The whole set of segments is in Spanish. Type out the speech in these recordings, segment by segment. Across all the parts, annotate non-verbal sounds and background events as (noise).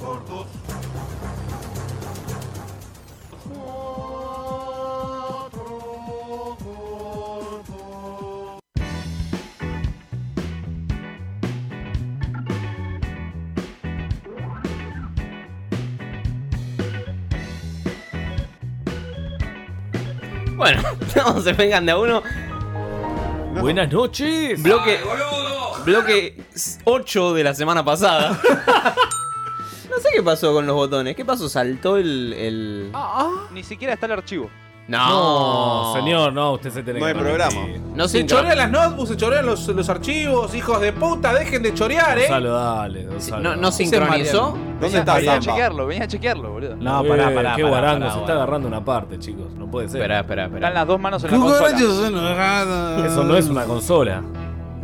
gordos. Bueno, (laughs) no se vengan de a uno. Buenas noches. Bloque. Bloque 8 de la semana pasada. (laughs) no sé qué pasó con los botones. ¿Qué pasó? ¿Saltó el. el... Ah. Ni siquiera está el archivo. No, señor, no, usted se tiene No que hay programa. permitir. No Se sé. chorean las notebooks, se chorean los, los archivos, hijos de puta, dejen de chorear, eh. Gonzalo, dale, Gonzalo. No, no sincronizó. ¿Dónde Venía- está Venía a Zamba? chequearlo, venía a chequearlo, boludo. No, Eh, pará, pará. Qué pará, pará, guarango, se está guarango. agarrando una parte, chicos. No puede ser. Espera, espera, espera. Están las dos manos en la consola. Eso no es una consola.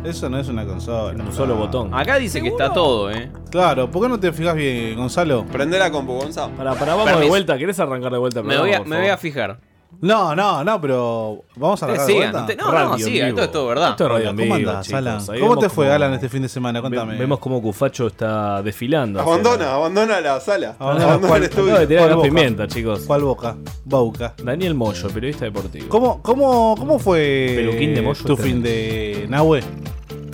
Eso no es una consola. Un solo botón. Acá dice que está todo, eh. Claro, ¿por qué no te fijas bien, Gonzalo? Prende la compu, Gonza. Para, para, vamos de Permiso. vuelta. ¿Querés arrancar de vuelta? el Me voy a, programa, me por voy a favor? fijar. No, no, no, pero vamos a Ustedes arrancar de sigan, vuelta. ustedes- No, no, Radio en siga, vivo. esto es todo verdad. Esto es radio en ¿Cómo vivo, andás, chicos. Alan? Ahí ¿Cómo vemos te fue, cómo- Alan, este fin de semana? ve- Contame. Vemos cómo Cufacho está desfilando. hacia- Abandona, abandona la sala. Abandona Abandona cual- el Acaba de estudio. tirar Por la Boca. pimienta, chicos. ¿Cuál boca? Bauca. Daniel Moyo, periodista deportivo. ¿Cómo, cómo, cómo fue Peluquín de este Moyo tu tremendo. fin de Nahue?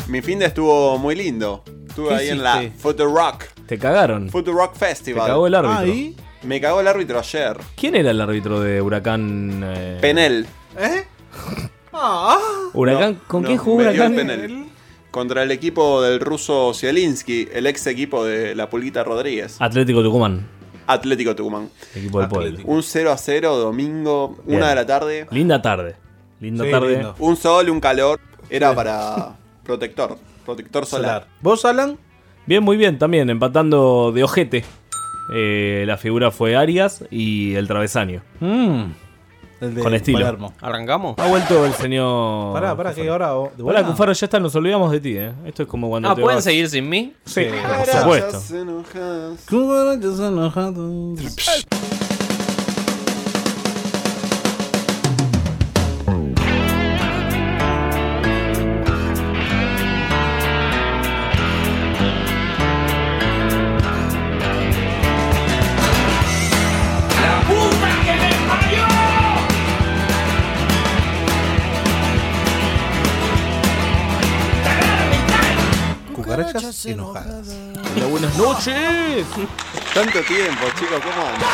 Mi fin de estuvo muy lindo. Estuve ¿Qué ahí en la hiciste? Photo Rock, Te cagaron. Photo Rock Te Festival. cagó el árbitro. Ahí. Me cagó el árbitro ayer. ¿Quién era el árbitro de Huracán? eh, Penel. (laughs) ¿Eh? Ah, Huracán, No, ¿con no, quién jugó me dio el Huracán? Penel. Contra el equipo del ruso Zielinski, el ex equipo de la Pulguita Rodríguez. Atlético Tucumán, Atlético Tucumán. equipo del Atlético. pueblo. Un 0 a 0 domingo, Bien. una de la tarde. Linda tarde. Linda Sí, tarde. lindo. Un sol, un calor. Era para protector. Protector solar. solar. ¿Vos, Alan? Bien, muy bien, también empatando de ojete. Eh, la figura fue Arias y el travesaño. Mmm. El de Con estilo. Palermo. ¿Arrancamos? Ha vuelto el señor. Pará, pará, que ahora. vos- de Hola, buena. Cufaro, ya está, nos olvidamos de ti, ¿eh? Esto es como cuando Ah, te ¿pueden vas- seguir sin mí? Sí. Por supuesto. Gracias, enojas. Cucarachas enojadas. Cucarachas enojadas. Hola, buenas noches. (laughs) Tanto tiempo, chicos, ¿cómo andan?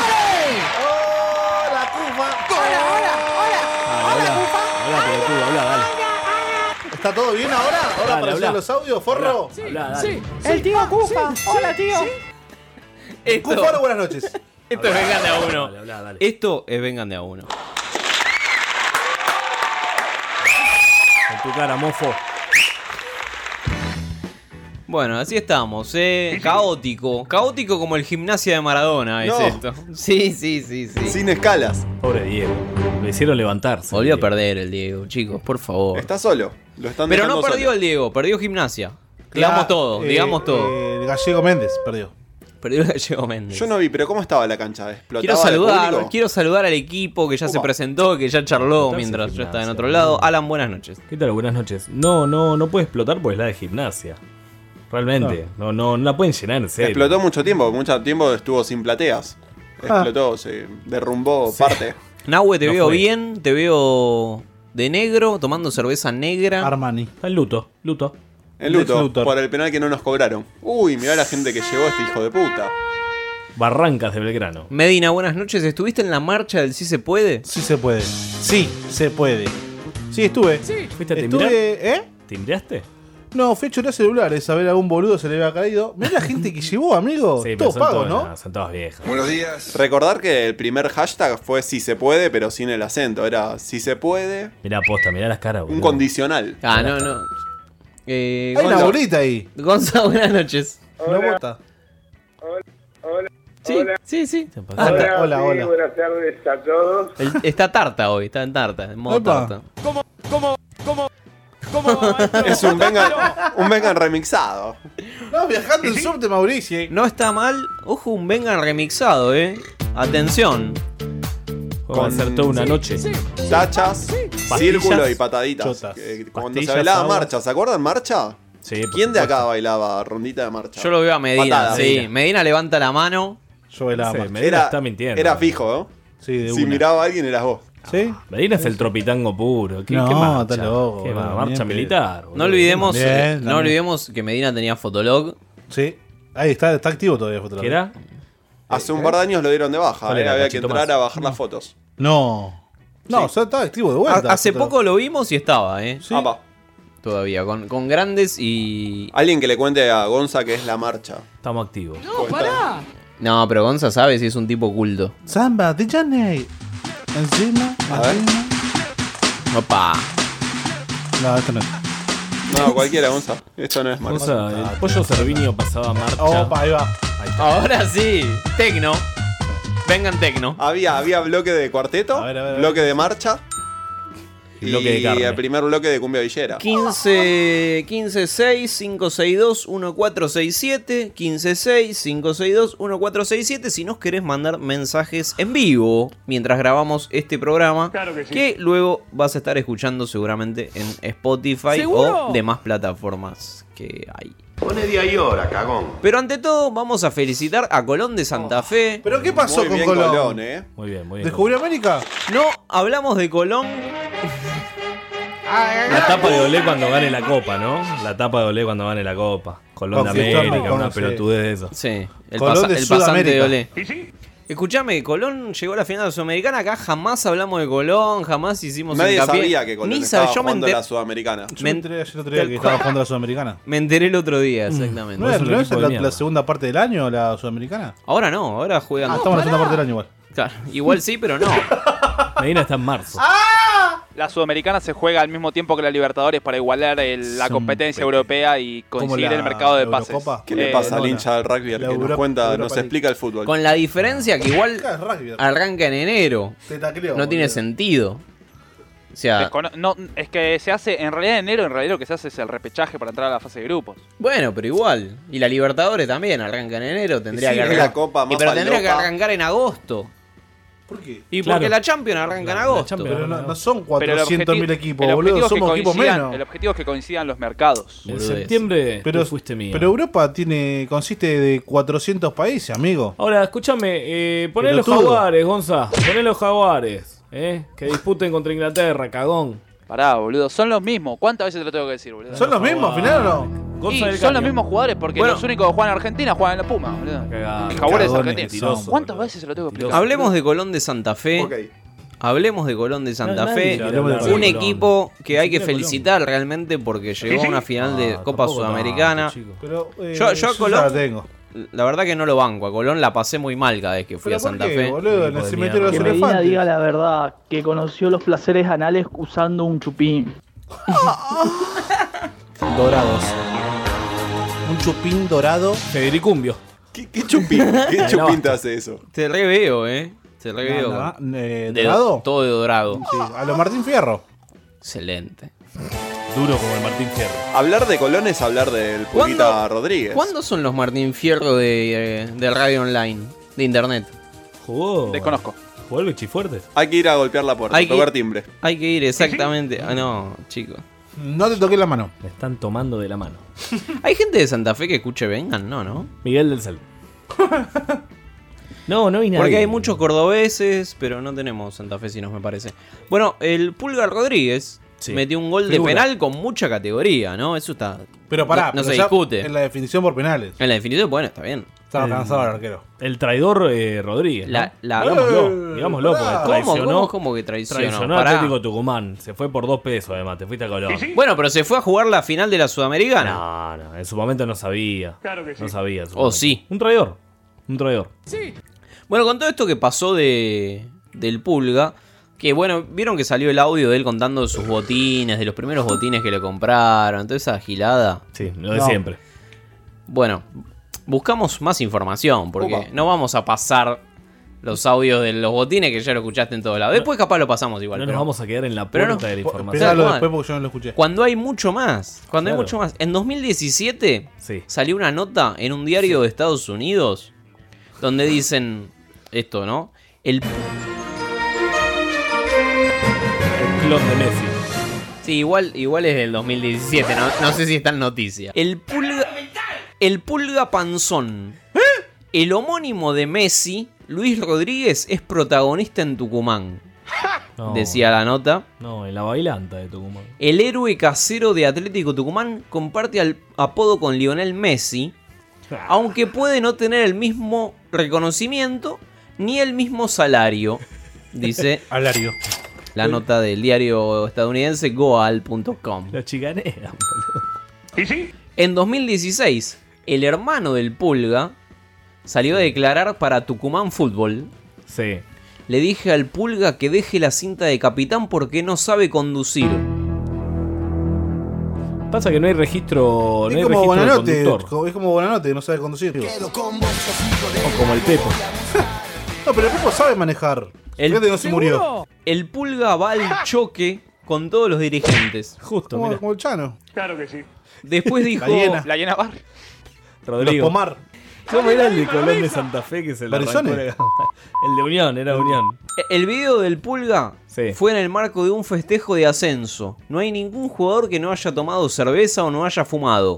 Hola, pelotudo, habla, dale. ¿Está todo bien ahora? ¿Ahora Dale, habla. aparecieron los audios, forro? Habla, dale. El tío Cufa. Hola, tío. Esto, Cufaro, buenas noches. (laughs) esto es vengan de a Dale, uno. habla, dale. Esto es vengan de a uno. En tu cara, mofo. Bueno, así estamos, eh. Caótico. Caótico como el gimnasia de Maradona es No. esto. Sí, sí, sí, sí. Sin escalas. Pobre Diego. Lo hicieron levantarse. Volvió a perder el Diego, chicos, por favor. Está solo. Lo están Pero no dejando perdió solo. el Diego, perdió gimnasia. Digamos todo, Eh, digamos todo. eh, Gallego Méndez perdió. Perdió el Gallego Méndez. Yo no vi, pero ¿cómo estaba la cancha? ¿Explotaba Quiero de saludar, público? quiero saludar al equipo que ya se Opa. presentó, que ya charló Entonces, mientras yo gimnasia. estaba en otro lado. Alan, buenas noches. ¿Qué tal? Buenas noches. No, no, no puede explotar porque es la de gimnasia. Realmente. No, no, no la pueden llenar en serio. Explotó mucho tiempo, mucho tiempo estuvo sin plateas. Ah. Explotó, se derrumbó parte. Nahue, te No veo fue. bien, te veo de negro, tomando cerveza negra. Armani. Está en luto, luto. En luto, Lex Luthor. por el penal que no nos cobraron. Uy, mirá la gente que llegó este hijo de puta. Barrancas de Belgrano. Medina, buenas noches. ¿Estuviste en la marcha del Sí se puede? Sí se puede. Sí, se puede. Sí, estuve. ¿Fuiste a timbrar? Estuve, ¿eh? ¿Timbreaste? No, fui a chorar celulares a ver a algún boludo se le había caído. Mirá la gente que llevó, amigo. todo son pago, todas- ¿no? nah, son todas viejas. Recordar que el primer hashtag fue si se puede, pero sin el acento. Era si se puede, Mirá posta, mirá las caras, un boludo. condicional. Ah, no, no. Eh, Hay una Gonza- bolita ahí. Gonza, buenas noches. Una bota. Sí, sí, sí. ¿Qué pasa? Ah, está. Hola, hola. Buenas tardes a todos. El- está tarta hoy, está en tarta, en modo Opa. tarta. (laughs) Es un vengan, un vengan remixado. No, viajando en subte, Mauricio. No está mal, ojo, un vengan remixado, eh. Atención. Vamos a hacer toda una noche. Tachas, círculo y pataditas. chotas. Eh, Cuando se Pastillas, bailaba agua. marcha, ¿se acuerdan marcha? Sí, por ¿Quién de supuesto. acá bailaba rondita de marcha? Yo lo veo a Medina, Patada, sí. Medina. Medina. levanta la mano. Yo bailaba Sí, más. Medina está mintiendo. Era fijo, Sí, ¿no? de si una. miraba a alguien eras vos. ¿Sí? Medina es el tropitango puro. ¿Qué, No, qué marcha? está loco, ¿Qué boludo, marcha bien militar. boludo. No olvidemos, Bien, eh, también. no olvidemos que Medina tenía Fotolog. Sí. Ahí está, está activo todavía Fotolog. ¿Qué era? Hace Eh, un par de años lo dieron de baja. ¿Cuál eh, era, había que Cachito entrar Más? a bajar las fotos. No. No, o sea, está activo de vuelta. Ha- Ah, Hace Fotolog. poco eh, lo vimos y estaba, ¿eh? Sí. Apa. Todavía, con, con grandes y... Alguien que le cuente a Gonza que es la marcha. Estamos activos. No, pará. No, pero Gonza sabe si es un tipo culto. Samba de Janeiro. Encima, A ver. encima. Opa. No, esto no es. No, cualquiera, Gonza. Esto no es marcha. Cosa, el pollo Cervinio pasaba marcha. Opa, ahí va. Ahora sí. Tecno. Vengan Tecno. Había, había bloque de cuarteto, A ver, a ver, a ver. bloque de marcha y Bloque de carne. el primer bloque de cumbia villera. 15, 15, 6, 562, 1467, 15, 6, 562, 1467. Si nos querés mandar mensajes en vivo mientras grabamos este programa, que, luego vas a estar escuchando seguramente en Spotify o demás plataformas que hay. Pone día y hora, cagón. Pero ante todo, vamos a felicitar a Colón de Santa Fe. ¿Pero qué pasó Muy con bien, Colón? Colón? eh. Muy bien, muy bien. ¿Descubrió América? No hablamos de Colón. La tapa de Olé cuando gane la copa, ¿no? La tapa de Olé cuando gane la copa. Colón de Conquistó América, América, una no sé. pelotudez de eso. Sí, el, Colón pasa- de el pasante de Sudamérica. Olé. Escuchame, Colón llegó a la final sudamericana. Acá jamás hablamos de Colón, jamás hicimos Nadie hincapié. sabía que Colón Ni estaba sab- yo me, jugando enter- la sudamericana. Yo Me- me enteré ayer otro día Tal que cual. estaba jugando la Sudamericana. me enteré el otro día, exactamente. ¿No, es, un no es equipo de la, mierda. la segunda parte del año la Sudamericana? Ahora no, ahora juegan. Ah, estamos en la segunda parte del año igual. Claro, igual sí, pero (laughs) no. Medina está en marzo. Ah, La Sudamericana se juega al mismo tiempo que la Libertadores para igualar el- la Son competencia pe- europea y conseguir la el mercado de pases. Eurocopa. ¿Qué le Eh, pasa al no, hincha del rugby que La nos Europa- cuenta, Europa nos League. explica el fútbol? Con la diferencia que igual Acá es rugby. arranca en enero. Te tacleo, No tiene boludo. sentido. O sea, descono- no, es que se hace, en realidad en enero, en realidad lo que se hace es el repechaje para entrar a la fase de grupos. bueno, pero igual. Y la Libertadores también arranca en enero. Tendría sí, que es arrancar. la copa y más pero tendría que falopa. arrancar en agosto. ¿Por qué? Y Claro. porque la Champions arranca en La agosto. Champions. Pero no, no son Pero el 400.000 objeti- equipos, el objetivo boludo. es que Somos equipos coincidan- menos. El objetivo es que coincidan los mercados. En Boludez. septiembre pero, Pero, fuiste mío. pero Europa tiene consiste de 400 países, amigo. Ahora, escúchame, eh, poné los Pelotudo. jaguares, Gonza. Poné los jaguares. ¿eh? Que disputen contra Inglaterra, cagón. Pará, boludo, son los mismos. ¿Cuántas veces te lo tengo que decir, boludo? ¿Son los mismos al final o no? Y Gonza del son los Caño. mismos jugadores porque Bueno. los únicos que juegan en Argentina juegan en la Puma, boludo. Cagá, Jaguares cagones argentinos. que son, ¿Cuántas boludo. veces se lo tengo que explicar? Hablemos de Colón de Santa Fe. Ok. Hablemos de Colón de Santa No, nadie Fe. quiere hablemos de Un Colón. equipo que Ni hay que siquiera Colón. felicitar realmente porque llegó a una final de Ah, Copa tampoco Sudamericana. tanto, chico. Pero, eh, Yo- yo a ya Colón- la tengo. La verdad que no lo banco. A Colón la pasé muy mal cada vez que fui Pero a ¿por Santa qué, Fe. boludo? En el Hijo de cementerio de los mierda. Que Medina elefantes. diga la verdad, que conoció los placeres anales usando un chupín. Dorados. Un chupín dorado. Federicumbio. ¿Qué, qué (laughs) chupín? (laughs) ¿Qué chupín te hace eso? Te reveo, eh. Te reveo. Na- con- na- eh, de- ¿Dorado? Todo de dorado. Sí, a lo Martín Fierro. Excelente. Duro como el Martín Fierro. Hablar de Colón es hablar del Pulita ¿Cuándo- Rodríguez. ¿Cuándo son los Martín Fierro de, eh, de radio online? De internet. Jugó. Desconozco. Jugó el bichifuerte. Hay que ir a golpear la puerta, Hay que- tocar timbre. Hay que ir exactamente. Ah, no, chicos. No te toqué la mano. Me están tomando de la mano. ¿Hay gente de Santa Fe que escuche Vengan? No, ¿no? Miguel del Sal. no, no hay nadie. Porque hay muchos cordobeses, pero no tenemos santafesinos, me parece. Bueno, el Pulgar Rodríguez Sí. metió un gol de Figura. penal con mucha categoría, ¿no? Eso está. Pero No, pará, no pero se ya discute. En la definición por penales. En la definitiva, bueno, está bien. Estaba cansado el arquero. Eh, El traidor eh, Rodríguez. La- ¿no? la- Digámoslo, digámoslo, porque pará. ¿Cómo, eh, traicionó. cómo, cómo que traicionó? Traicionó Pará. a Atlético Tucumán. Se fue por dos pesos, además. Te fuiste a Colón. Bueno, pero se fue a jugar la final de la Sudamericana. No, no. En su momento no sabía. Claro que sí. No sabía. en su Oh, momento. sí. Un traidor. Un traidor. Bueno, con todo esto que pasó de, del Pulga, que bueno, vieron que salió el audio de él contando de sus botines, de los primeros botines que le compraron, toda esa gilada. Sí, lo de No. siempre. Bueno, buscamos más información porque Opa. no vamos a pasar los audios de los botines que ya lo escuchaste en todos lados. Después capaz lo pasamos No igual. nos pero vamos a quedar en la pero puerta no. de la información. Pegalo cuál? después porque yo no lo escuché. Cuando hay mucho más, cuando hay Claro. mucho más. En 2017 Sí. salió una nota en un diario de Estados Unidos donde dicen esto, ¿no? El clon de Messi. Sí, igual, igual es del 2017, no, no sé si está en noticia. El pulga. El pulga panzón. ¿Eh? El homónimo de Messi, Luis Rodríguez, es protagonista en Tucumán. No, Decía la nota. No, en la bailanta de Tucumán. El héroe casero de Atlético Tucumán comparte al apodo con Lionel Messi, aunque puede no tener el mismo reconocimiento ni el mismo salario, dice Alario. la nota del diario estadounidense goal.com. La chicanera, boludo. En 2016, el hermano del Pulga salió a declarar para Tucumán Fútbol. Sí. Le dije al Pulga que deje la cinta de capitán porque no sabe conducir. Pasa que no hay registro, no hay Es como registro del Bonanote, conductor. co- es como Bonanote que no sabe conducir. O como el Pepo. No, pero el Pepo sabe manejar. El- El Fíjate que no se murió. El Pulga va al choque con todos los dirigentes. Justo, Como, mira. como el Chano. Después dijo, La hiena. La llena bar. Los Rodrigo. Pomar. ¿Cómo era el de Colón de Santa Fe que se le arrancó la ¿Barizone? gamba? El de Unión, era Unión. el video del Pulga Sí. fue en el marco de un festejo de ascenso. No hay ningún jugador que no haya tomado cerveza o no haya fumado.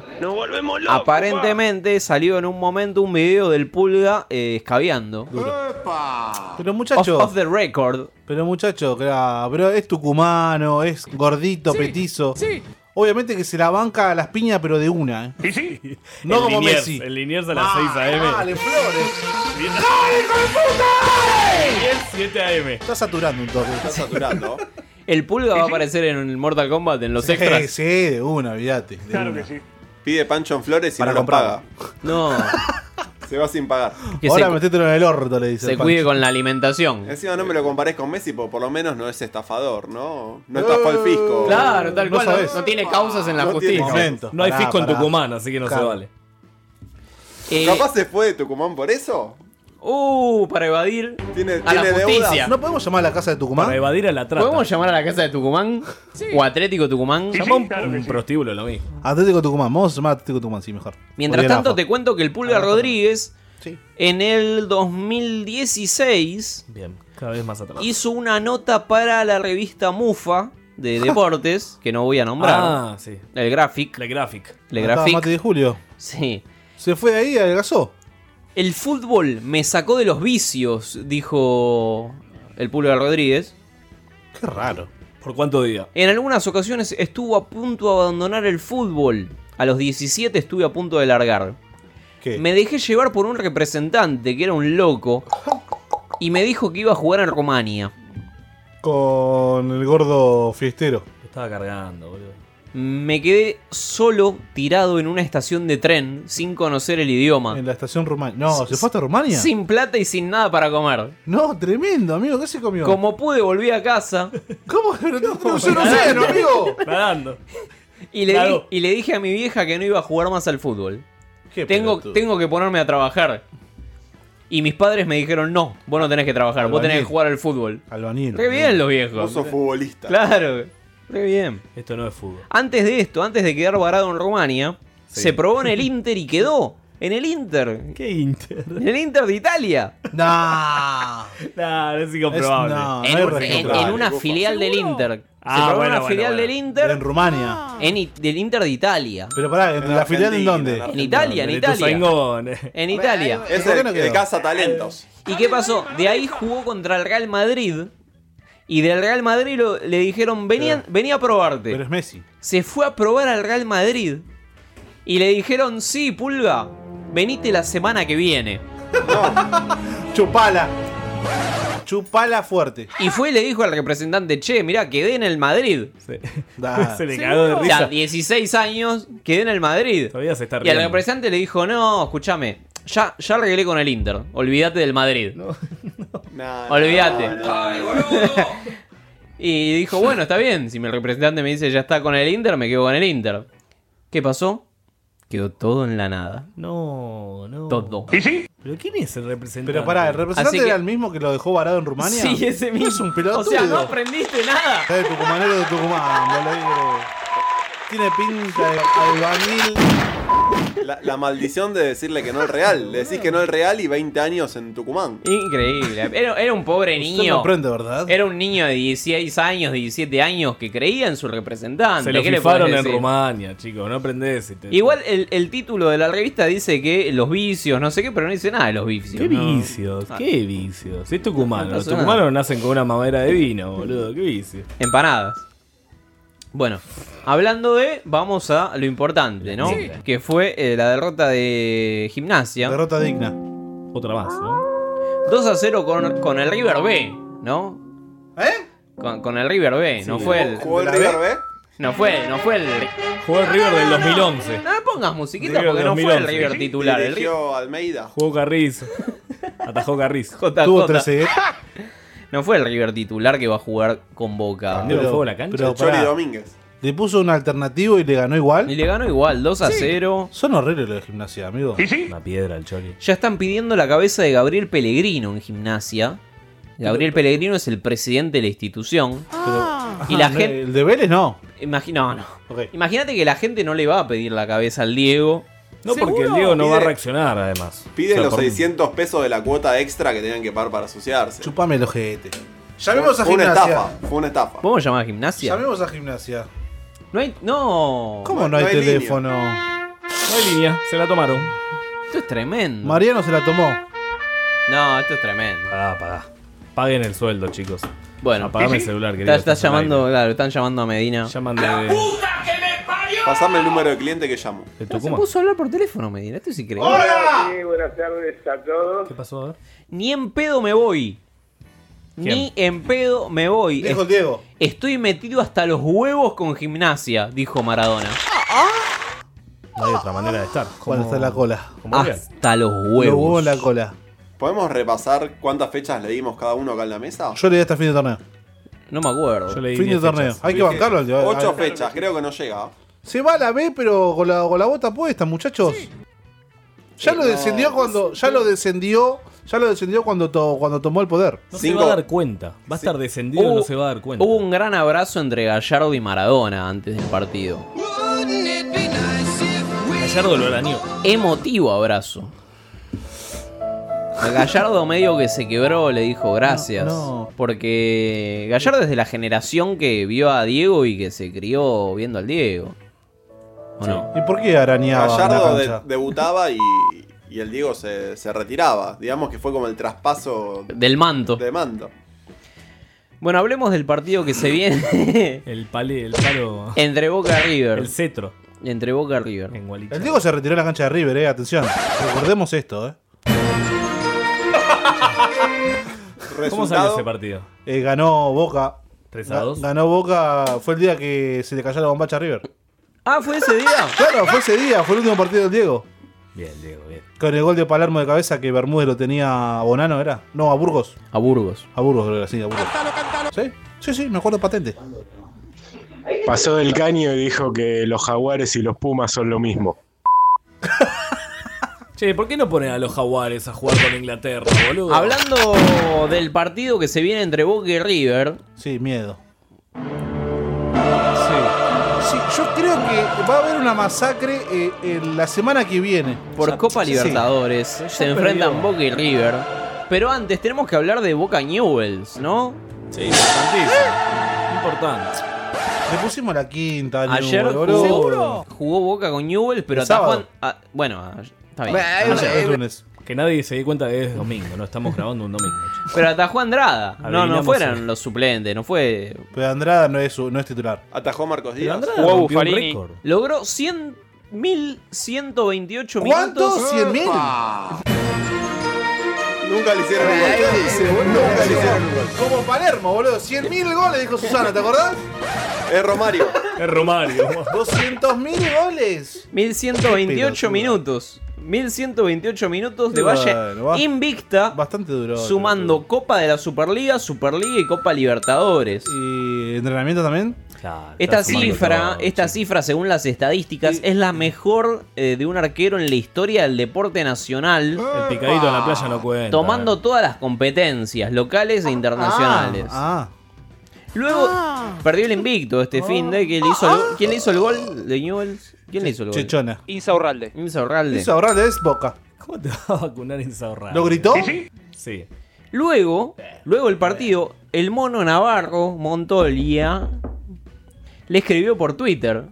Aparentemente salió en un momento un video del Pulga eh, escabeando. Pero Off, muchacho, off the record. pero muchacho, claro, pero es tucumano, es gordito, petizo. Sí. Obviamente que se la banca a las piñas, pero de una, ¿eh? No (laughs) El como Liniers, Messi. Ah, El Liniers a las 6 a.m. Dale, Flores. Liniers 7 a.m. Está saturando un toque. Está saturando. El Pulga (laughs) va a aparecer en el Mortal Kombat en los Sí, extras. sí, de una, olvídate. Claro que sí. Pide pancho en flores y Para no lo comprar. paga. No, Se va sin pagar. que Ahora se, metételo en el orto, le dice. se el cuide Pancho. con la alimentación. Encima no me lo compares con Messi, porque por lo menos no es estafador, ¿no? No estafó al fisco. Claro, tal No cual. No, sabes. no tiene causas en la No tiene justicia. Momento. No hay Pará, fisco en pará. Tucumán, así que no se Claro. vale. Eh, ¿Capaz se fue de Tucumán por eso? uh, para evadir. Tiene, A la tiene justicia. deudas. ¿No podemos llamar a la casa de Tucumán? Para evadir a la trata. ¿Podemos llamar a la casa de Tucumán? ¿O Atlético Tucumán? Llama un, un prostíbulo lo mismo. Atlético Tucumán. Vamos a llamar a Atlético Tucumán, sí, mejor. Mientras Porque tanto, era te Rafa. cuento que el Pulga Rodríguez Sí. en el 2016 Bien, cada vez más atrás. hizo una nota para la revista Mufa (laughs) de deportes, que no voy a nombrar, Ah, sí. el Graphic, La Graphic. el Estaba Graphic, Mati de Julio. sí. Se fue de ahí y adelgazó. El fútbol me sacó de los vicios, dijo el Pulga Rodríguez. Qué raro. ¿Por cuánto día? En algunas ocasiones estuvo a punto de abandonar el fútbol. A los 17 estuve a punto de largar. ¿Qué? Me dejé llevar por un representante que era un loco y me dijo que iba a jugar en Rumania. Con el gordo fiestero. Estaba cargando, boludo. Me quedé solo tirado en una estación de tren sin conocer el idioma. En la estación Rumania. No, ¿se fue hasta Rumania? Sin plata y sin nada para comer. No, tremendo, amigo. ¿Qué se comió? Como pude volví a casa (laughs) ¿Cómo? (laughs) Pero no, no, yo no sé, no, amigo. Nadando. y le, di- Claro. y le dije a mi vieja que no iba a jugar más al fútbol. Qué Tengo, pelotudo. tengo que ponerme a trabajar. Y mis padres me dijeron, no, vos no tenés que trabajar, vos tenés que Albañil. jugar al fútbol. Albanil. Re bien los Vos viejos. sos futbolista. Claro, re bien. Esto no es fútbol. Antes de esto, antes de quedar varado en Rumania, Sí. se probó (laughs) en el Inter y quedó. En el Inter. ¿Qué Inter? En el Inter de Italia. (laughs) Nah. Es- Nah, es no, incomprobable. no hay en, un- en- registro. en una Ufa. filial del Inter. se Ah, probó en bueno, una bueno, filial bueno. del En Inter. Rumania. En, it- del Inter de Italia. Pero pará, ¿en En la filial en Argentina, dónde? en En Italia, en De Italia. Ituzaingó. En Italia. Es ¿Por qué el, no quedó? el cazatalentos. ¿Y qué pasó? De ahí jugó contra el Real Madrid. Y del Real Madrid lo- le dijeron, venían, vení a Pero probarte. es Messi. Se fue a probar al Real Madrid. Y le dijeron, sí, Pulga, venite la semana que viene. Chupala. Chupala fuerte. Y fue y le dijo al representante, che, mirá, quedé en el Madrid. Se, Da. (laughs) se le cagó de O risa. sea, 16 años, quedé en el Madrid. Todavía se está Y al riendo. representante le dijo, no, escúchame, ya, ya arreglé con el Inter, olvídate del Madrid. Nah, Olvídate. nah, nah, nah. (laughs) Y dijo, bueno, está bien, si mi representante me dice ya está con el Inter, me quedo con el Inter. ¿Qué pasó? Quedó todo en la nada. No, no. Todo. ¿Pero quién es el representante? Pero pará, el representante Así que- era el mismo que lo dejó varado en Rumania. Sí, ese mismo. Es un pelotudo. Eh, O sea, no aprendiste nada. Es el eh. tucumanero de Tucumán, boludo. Tiene pinta de albanil. La, la maldición de decirle que no (laughs) es real. Le decís que no es real y 20 años en Tucumán. Increíble. Era, era un pobre Usted niño. no aprende, ¿verdad? Era un niño de 16 años, 17 años que creía en su representante. Se lo ¿Qué le fifaron podés en decir? Rumania, chicos. No aprendés. y te- Igual el, el título de la revista dice que los vicios, no sé qué, pero no dice nada de los vicios. ¿Qué ¿no? Ah. vicios? ¿Qué vicios? Si es tucumano. No Los pasó nada. tucumanos nacen con una madera de vino, boludo. ¿Qué vicio? Empanadas. Bueno, hablando de, vamos a lo importante, ¿no? Que fue eh, la derrota de Gimnasia. Derrota digna. Otra más, ¿no? 2 a 0 con, con el River B, ¿no? ¿Eh? Con, con el River B, no, Sí. fue el, ¿Jugó el ¿La River B? B? no fue no fue el... Jugó el River del 2011. No me pongas musiquita River porque no fue el 2011. River titular. El River... Dirigió Almeida. Jugó Carrizo. (laughs) Atajó Carrizo. JJ. Tuvo E. 13, ¿eh? No fue el River titular que va a jugar con Boca. Prendió Pero- fuego Ah, la cancha. pero El Chori pará. Domínguez. Le puso un alternativo y le ganó Y igual. le ganó igual, 2 a 0. Son horribles los de gimnasia, amigo. Una piedra el Chori. Ya están pidiendo la cabeza de Gabriel Pellegrino en gimnasia. Gabriel Pellegrino es el presidente de la institución. Y la Ah, gente. El de Vélez no. imagi- no, no. Ok. Imagínate que la gente no le va a pedir la cabeza al Diego. No, porque el Diego no Pide- va a reaccionar, además. Pide O sea, los por- 600 pesos de la cuota extra que tenían que pagar para asociarse. Chupame el ojete. Fue Llamemos a fue una estafa. gimnasia. Fue una estafa. ¿Podemos llamar a gimnasia? Llamemos a gimnasia. No hay. No. ¿Cómo no hay No hay teléfono? No hay línea, se la tomaron. Esto es tremendo. Mariano se la tomó. No, esto es tremendo. Pagá, pagá. Paguen el sueldo, chicos. Bueno, Apagame el celular, querido. Está, está estás al llamando, claro, están llamando a Medina. aire. Llaman de, Ah, Pasame el número de cliente que llamo. de Se Tucumán. puso a hablar por teléfono, Medina. Esto es increíble. ¿Qué pasó? A ver. Ni en pedo me voy. Ni en pedo me voy. Dijo el Diego. Estoy metido hasta los huevos con gimnasia, dijo Maradona. No hay otra manera de estar. ¿Cuál está la cola? Como real. Hasta los Lo hubo huevos. en la cola. ¿Podemos repasar cuántas fechas le dimos cada uno acá en la mesa? Yo le di hasta fin de torneo. No me acuerdo. Yo leí Fin de 10 torneo. fechas. Hay que bancarlo al Diego. Ah, 8 Ay, fechas, creo que no llega. Se va a la B, pero con la, con la bota puesta, muchachos. Ya Sí, lo no, Eh, descendió cuando. Ya lo descendió. Ya lo descendió cuando, to- cuando tomó el poder. No Cinco. se va a dar cuenta. Va a estar descendido y Hubo- no se va a dar cuenta. Hubo un gran abrazo entre Gallardo y Maradona antes del partido. Gallardo lo arañó. Emotivo abrazo. A Gallardo medio que se quebró, le dijo gracias. No, no. Porque Gallardo es de la generación que vio a Diego y que se crió viendo al Diego. ¿O no? ¿Y por qué arañaba Gallardo en la de- cancha? debutaba y, y el Diego se, se retiraba. Digamos que fue como el traspaso Del manto. de mando. Bueno, hablemos del partido que se viene El palé, el palo. entre Boca y River. El cetro. Entre Boca y River. En Gualichao. El Diego se retiró de la cancha de River, eh. Atención. Recordemos esto, eh. ¿Cómo Resultado, salió ese partido? Eh, ganó Boca. 3 a Ga- 2. Ganó Boca. Fue el día que se le cayó la bombacha a River. Ah, fue ese día. Claro, fue ese día. Fue el último partido del Diego. Bien, Diego, bien. Con el gol de Palermo de cabeza que Bermúdez lo tenía a Bonano, ¿era? No, a Burgos. A Burgos. A Burgos, creo que era, sí, a Burgos. ¿Sí? Sí, sí, me acuerdo patente. Pasó del caño y dijo que los jaguares y los pumas son lo mismo. Che, ¿por qué no ponen a los jaguares a jugar con Inglaterra, boludo? Hablando del partido que se viene entre Boca y River, Sí, miedo. Sí. Sí, yo creo que va a haber una masacre eh, en la semana que viene. por Copa sí. Libertadores, se perdió. enfrentan Boca y River. Pero antes tenemos que hablar de Boca Newells, ¿no? Sí, Eh. importantísimo. Importante. Le pusimos la quinta, al Ayer número, jugó, boludo. jugó Boca con Newells, pero El sábado. Eh, atajuan. a- bueno, eh, a- está bien. Ayer, el lunes. Que nadie se dé cuenta que es domingo, no estamos grabando un domingo. che. Pero atajó a Andrada. No, no Adivinamos fueron el- los suplentes, no fue. Pero Andrada no es, su- no es titular. Atajó Marcos Pero Díaz. Andrada Wow, rompió un Farini. récord. Logró 100.128 ¿Cuántos? minutos. ¿Cien mil? (laughs) Nunca le hicieron un gol. Nunca le hicieron un gol. Como Palermo, boludo. 100.000 goles, dijo Susana, ¿te acordás? Es Romario. (laughs) Es Romario. 200.000 goles. 1128 Qué pelotudo. minutos. 1128 minutos de Bueno, Valle va- invicta, Bastante duro. sumando Copa de la Superliga, Superliga y Copa Libertadores. ¿Y entrenamiento también? Claro, Esta está sumando cifra, todo, esta che. cifra según las estadísticas, es la mejor eh, de un arquero en la historia del deporte nacional, Ah. El picadito en la playa no cuenta. Ah, tomando eh. Ah, todas las competencias locales e internacionales. Ah, Ah. Luego perdió el invicto este fin de que le hizo el, ¿Quién le hizo el gol de Newell's? ¿Quién le hizo el gol? Chechona. Insaurralde. Insaurralde. Eso ahora es boca. ¿Cómo te vas a vacunar en Saurralde? ¿Lo gritó? Sí. Luego, luego el partido, el mono Navarro Montolia le escribió por Twitter.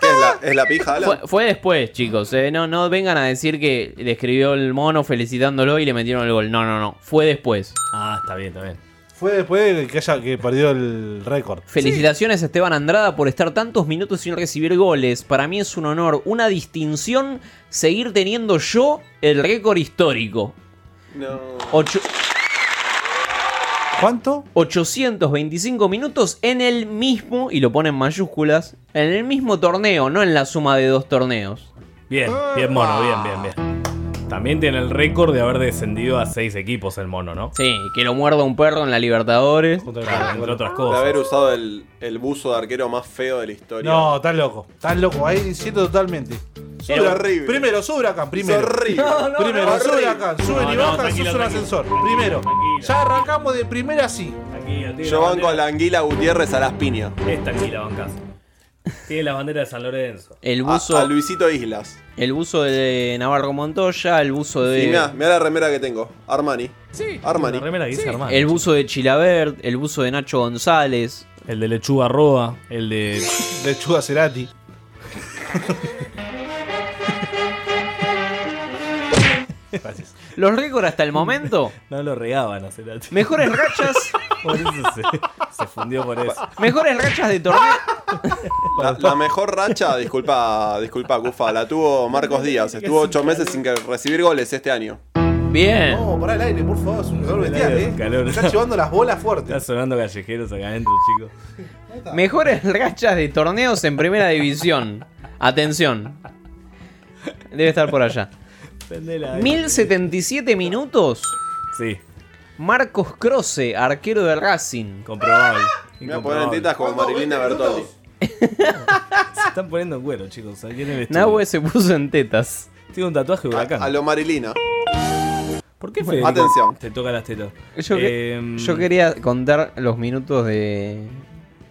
¿Qué es la, es la pija, Alan? Fue, fue después, chicos. eh, No, no vengan a decir que le escribió el mono felicitándolo y le metieron el gol. No, no, no. Fue después. Ah, está bien, está bien. Fue después de que, haya, que perdió el récord. Felicitaciones a Esteban Andrada por estar tantos minutos sin recibir goles. Para mí es un honor, una distinción seguir teniendo yo el récord histórico. No. Ocho- ¿Cuánto? 825 minutos en el mismo, y lo pone en mayúsculas, en el mismo torneo, no en la suma de dos torneos. Bien, bien mono, bien, bien, bien. También tiene el récord de haber descendido a seis equipos el mono, ¿no? Sí, que lo muerda un perro en la Libertadores. Entre otras De haber cosas. usado el, el buzo de arquero más feo de la historia. No, estás loco. Estás loco. Ahí diciendo totalmente. Es Sube- horrible. Primero, sube acá, primero. Es horrible. No, no, primero, no, sube horrible. acá, suben No, y no, bajan, tranquilo, sos un tranquilo. ascensor. Primero. Tranquilo. Ya arrancamos de primera así. Tranquilo, tiene Yo la banco a la anguila Gutiérrez a las piñas. bandera- Esta aquí la bancás. Tiene la bandera de San Lorenzo. El A, buzo, a Luisito Islas. el buzo de Navarro Montoya, el buzo Y mirá, de. mirá la remera que tengo. Armani. Armani. La remera que dice hermano. El buzo de Chilabert, el buzo de Nacho González. El de lechuga roa, el de. Lechuga Cerati. Los récords hasta el momento. (laughs) No lo regaban a Cerati. Mejores rachas. (laughs) Por eso se, se fundió por eso. Mejores rachas de torneo. La, la mejor (laughs) racha, disculpa, disculpa, Cufa, la tuvo Marcos Díaz. Estuvo ocho meses sin que- recibir goles este año. Bien. No, pará el aire, por favor, es un calor bestial, aire, es eh. un calor. Me Está (laughs) llevando las bolas Está fuertes. sonando callejeros acá adentro, chicos. Mejores rachas de torneos en primera división. Atención. Debe estar por allá. 1077 minutos. Sí, Marcos Croce, arquero de Racing. comprobable. Me voy a poner en Incomprobable. titas como Marilina Bertoldi. Se están poniendo en cuero, chicos. Aquí en el estudio. Nahue se puso en tetas. Tiene un tatuaje A, huracán. a lo Marilina. ¿Por qué Federico Atención. Te toca las tetas. Yo, que- Em, yo quería contar los minutos de.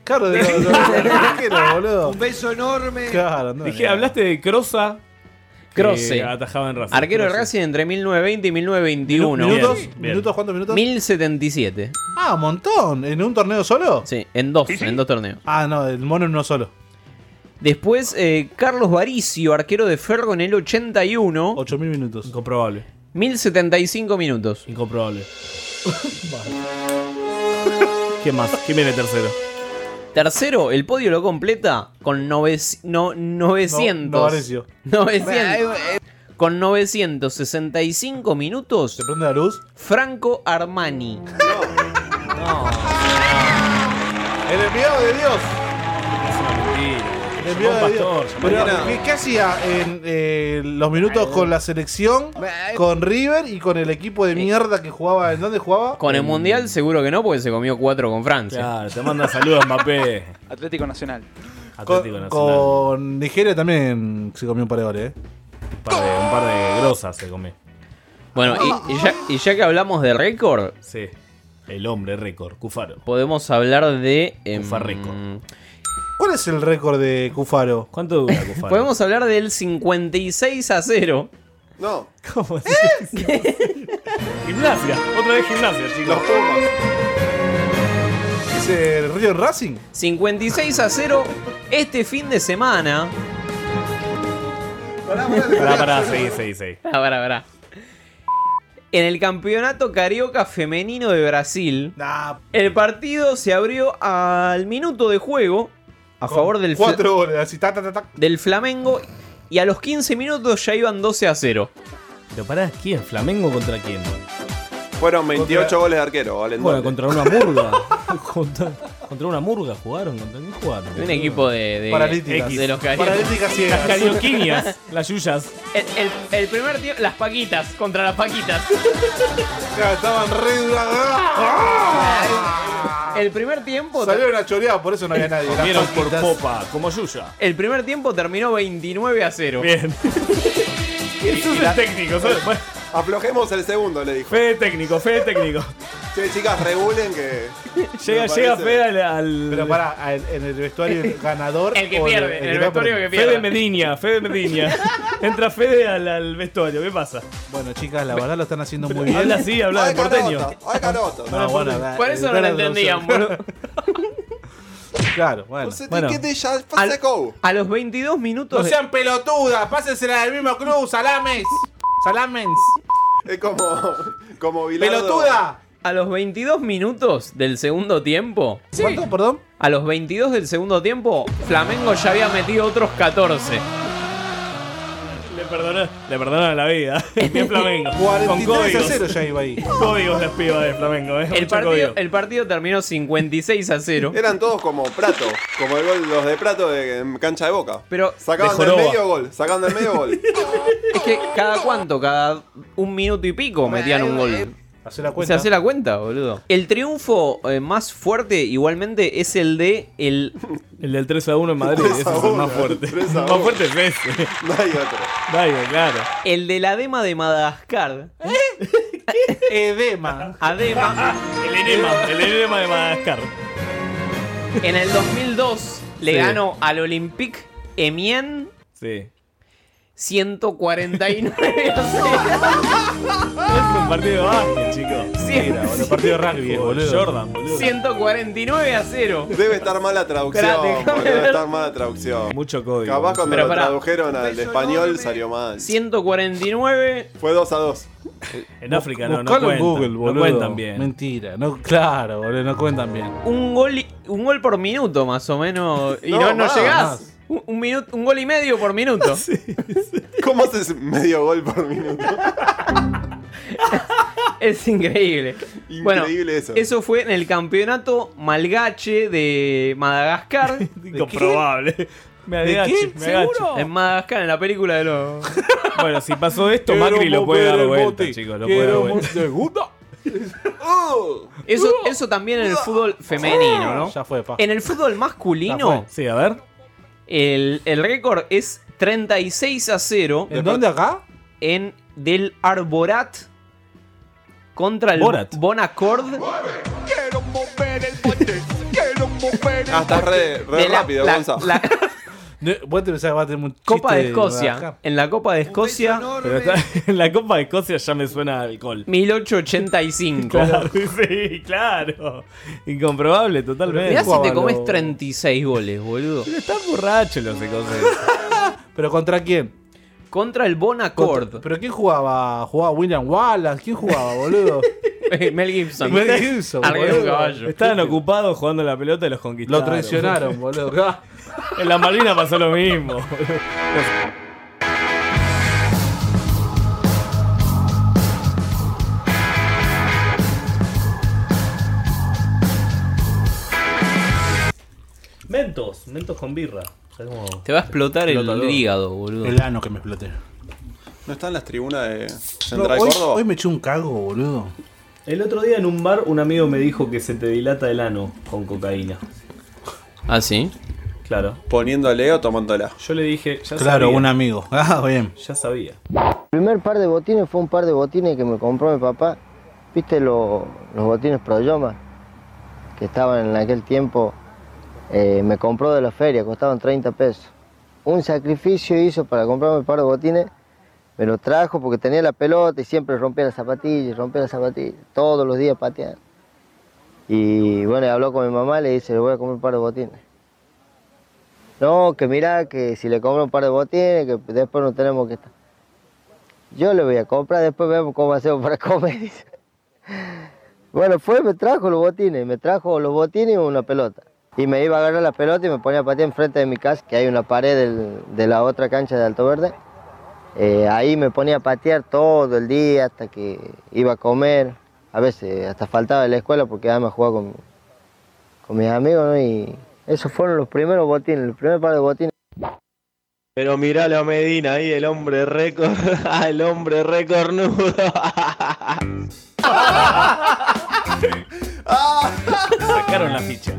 Claro, de los arqueros, boludo. beso enorme. Claro, no, Dije, no. hablaste de Croza. que Croce. Atajaba en Racing. Arquero de Croce. Racing entre 1920 y 1921. ¿Minutos? Bien, bien. ¿Minutos? ¿Cuántos minutos? 1077. Ah, un montón. ¿En un torneo solo? Sí, en dos, en dos torneos. Ah, no, el mono en uno solo. Después, eh, Carlos Varicio, arquero de Ferro en el 81. 8000 minutos. Incomprobable. 1075 minutos. (laughs) Incomprobable. ¿Quién más? ¿Quién viene tercero? Tercero, el podio lo completa con nove- no- 900. No, Novarecio. 900. Con 965 minutos, ¿Se prende la luz? Franco Armani. El enviado de Dios. Es una mentira. El enviado de Dios. Pero, mañana. ¿qué, qué hacía en eh, los minutos con la selección, con River y con el equipo de mierda que jugaba? ¿En dónde jugaba? Con el mundial, seguro que no, porque se comió 4 con Francia. Claro, te manda saludos, Mbappé. Atlético Nacional. Atlético Con, Nacional. con Nigeria también se comió un par de goles. ¿eh? Un par de, un par de grosas se come. Bueno, y, y ya, y ya que hablamos de récord, Sí. El hombre récord, Cufaro. podemos hablar de. em, Ufa, récord. ¿Cuál es el récord de Cufaro? (laughs) ¿Cuánto dura, Cufaro? Podemos hablar del 56 a 0. No, ¿Eh? ¿Cómo es? gimnasia. Otra vez gimnasia, los chicos. Pumas. ¿Es el River Racing? 56 a 0 este fin de semana. Pará, pará, seguí, seguí, seguí. (laughs) Pará, pará, pará. En el campeonato carioca femenino de Brasil, Nah, el partido se abrió al minuto de juego a favor del, Fla- cuatro goles. Así, tac, tac, tac. del Flamengo y a los 15 minutos ya iban 12 a 0. Pero pará, ¿quién? ¿Flamengo contra quién? Fueron 28 Contra- goles de arquero, Valen Bueno, Duarte. contra una murga. (laughs) contra, contra una murga jugaron. ¿Contra quién jugaron? Un equipo de, de, Paralíticas. de los cariocas. Paralíticas Las ciegas. carioquiñas, las yuyas. El, el- el primer tiempo, las paquitas contra las (laughs) paquitas. Estaban re El primer tiempo. Salió una choreada, por eso no había nadie. Vieron Las por paquitas. popa, como yuya. El primer tiempo terminó 29 a 0. (laughs) Bien. Eso es el técnico, ¿sabes? Bueno, Aflojemos el segundo, le dijo. Fede técnico, Fede técnico. (laughs) Che, chicas, regulen que. (laughs) Llega, Me llega parece- Fede al. al- Pero pará, al- en el vestuario ganador. El que o pierde, en el va vestuario perdiendo? que pierde. Fede Mediña, (laughs) Fede Mediña. Entra Fede al, al vestuario, ¿qué pasa? Bueno, chicas, la verdad lo están haciendo muy bien. Habla así, habla de ¡Ay, porteño. carota! ¡Ay, carota! No, bueno, da- Por eso no lo da la (laughs) entendíamos. traducción. Claro, bueno. No sé, bueno. ¿qué te ya pasa, Kou? A los 22 minutos. No sean pelotudas, pásensela del mismo club, salames. Salamens. Es como. como Bilardo. ¡Pelotuda! A los 22 minutos del segundo tiempo. ¿Cuánto, perdón? A los 22 del segundo tiempo, Flamengo ya había metido otros 14. Le perdonaron, le perdonaron (laughs) la vida. Bien Flamengo. Con 43 a códigos. 0 ya iba ahí. Códigos las pibas de Flamengo, ¿eh? El Mucho partido, código. el partido terminó 56 a 0. Eran todos como Prato, como el gol, los de Prato de en cancha de boca. Pero- sacaban de del joroba. medio gol, sacaban del medio gol. Es que cada cuánto, cada un minuto y pico metían un gol. Hacer la Se cuenta. hace la cuenta, boludo. eh, El triunfo eh, más fuerte igualmente es el de el El del 3 a 1 en Madrid, 3 a ese es el 1, más fuerte. 3 a 1. Más fuerte es ese. No hay otro. Daigo, claro. ¿Eh? el de la Dema de Madagascar. (laughs) Edema. Adema El enema, el enema de Madagascar. en el 2002 le Sí. ganó al Olympique Emien Sí. 149 a (laughs) Es un partido de básquet, chicos. 0. Bueno, partido de rugby, boludo. Jordan, boludo. 149 a 0. Debe estar mala traducción, Espera, déjame boludo, debe ver. estar mala traducción. Mucho código. Capaz cuando Pero lo pará. tradujeron al español salió mal. 149 Fue 2 a 2. En África no, no Buscalo cuentan. en Google, boludo. No cuentan bien. Mentira. No, claro, boludo, no cuentan bien. un gol, y- un gol por minuto más o menos y No, no, no, más, llegás. más. Un, un minuto, un gol y medio por (laughs) minuto. ¿Cómo haces medio gol por minuto? Es increíble. Increíble bueno, eso. Eso fue en el campeonato malgache de (laughs) (laughs) Madagascar. Incomprobable. Me agacho, me agacho. en Madagascar, en la película de los. (laughs) Bueno, si pasó esto, Macri lo puede dar vuelta, chicos. Lo puede dar vuelta. Eso, eso también en el fútbol femenino, ¿no? Ya fue, pa. En el fútbol Ya masculino, Sí, a ver. el, el récord es 36 a 0 ¿En dónde acá? en del Arborat contra el Borat. Bonacord. Hasta Ah, re, re de la- rápido, la- Gonza. la (laughs) No, Vos te pensás que va a tener un Copa chiste de Escocia. Madagascar. En la Copa de Escocia, Pero está, (laughs) en la Copa de Escocia ya me suena a alcohol. 1885. Claro, (laughs) sí, claro. Incomprobable, totalmente. Mirá si te Jugaban comes los- 36 goles, boludo. Pero están borrachos los (laughs) escoceses. ¿Pero contra quién? Contra el Contra- Bonacord. ¿Pero quién jugaba? ¿Jugaba William Wallace? ¿Quién jugaba, boludo? Mel Gibson. Mel Gibson, Arriba de un boludo. caballo. Estaban ocupados jugando a la pelota y los conquistaron. Lo traicionaron, boludo. (laughs) Ah, En la Malvinas pasó lo mismo. Mentos, mentos con birra. Te va a explotar el hígado, boludo. El ano que me exploté. ¿No están las tribunas de Central hoy, Córdoba? hoy me eché un cago, boludo. El otro día en un bar un amigo me dijo que se te dilata el ano con cocaína. Ah, sí. Claro. Poniéndole o tomándola. Yo le dije, ya Claro, sabía. un amigo. (laughs) Ah, bien. Ya sabía. El primer par de botines fue un par de botines que me compró mi papá. ¿Viste lo- los botines Proyoma? Que estaban en aquel tiempo. eh, me compró de la feria, costaban 30 pesos. Un sacrificio hizo para comprarme un par de botines. Me lo trajo porque tenía la pelota y siempre rompía las zapatillas, rompía las zapatillas. Todos los días pateando. Y bueno, habló con mi mamá y le dice, le voy a comprar un par de botines. No, que mirá, que si le compro un par de botines, que después no tenemos que estar. Yo le voy a comprar, después vemos cómo hacemos para comer. (laughs) dice. Bueno, fue, me trajo los botines, me trajo los botines y una pelota. Y me iba a agarrar la pelota y me ponía a patear enfrente de mi casa, que hay una pared del- de la otra cancha de Alto Verde. Eh, ahí me ponía a patear todo el día hasta que iba a comer. A veces hasta faltaba de la escuela porque además jugaba con, con mis amigos, ¿no? Y esos fueron los primeros botines, el primer par de botines. Pero miralo a Medina ahí, el hombre récord. (laughs) Ah, el hombre récord (laughs) nudo. Sacaron la ficha.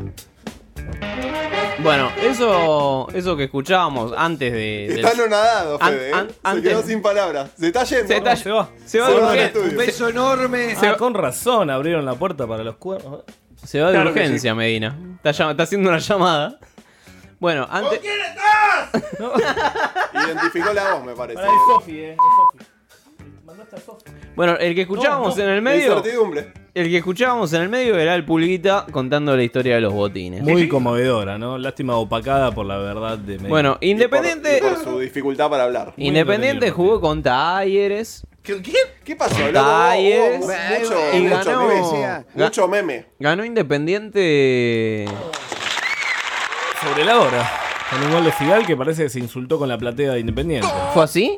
Bueno, eso, eso que escuchábamos antes de. del- Está anonadado, An- Fede. ¿eh? an- se antes- quedó sin palabras. Se está yendo. Se está- No, se va. se va Se de va del urgencia. estudio. Un beso enorme. Se Ah, va- con razón abrieron la puerta para los cuernos. Se va de Claro que urgencia, Medina. Está, llama- está haciendo una llamada. Bueno, antes. (laughs) Identificó la voz, me parece. Pará, es Sofi, eh. Es Sofi. Mandaste a Sofi. Ah. Bueno, el que escuchábamos No, no. en el medio. Incertidumbre. El que escuchábamos en el medio era el Pulguita contando la historia de los botines. Muy conmovedora, ¿no? Lástima opacada por la verdad de Medina. Bueno, Independiente. Por su dificultad para hablar. Independiente jugó con Talleres. ¿Qué pasó? loco? Talleres. Hubo mucho, y mucho ganó. meme. Mucho meme. Ganó Independiente. Sobre la hora. Con un gol de Figal que parece que se insultó con la platea de Independiente. ¿Fue así?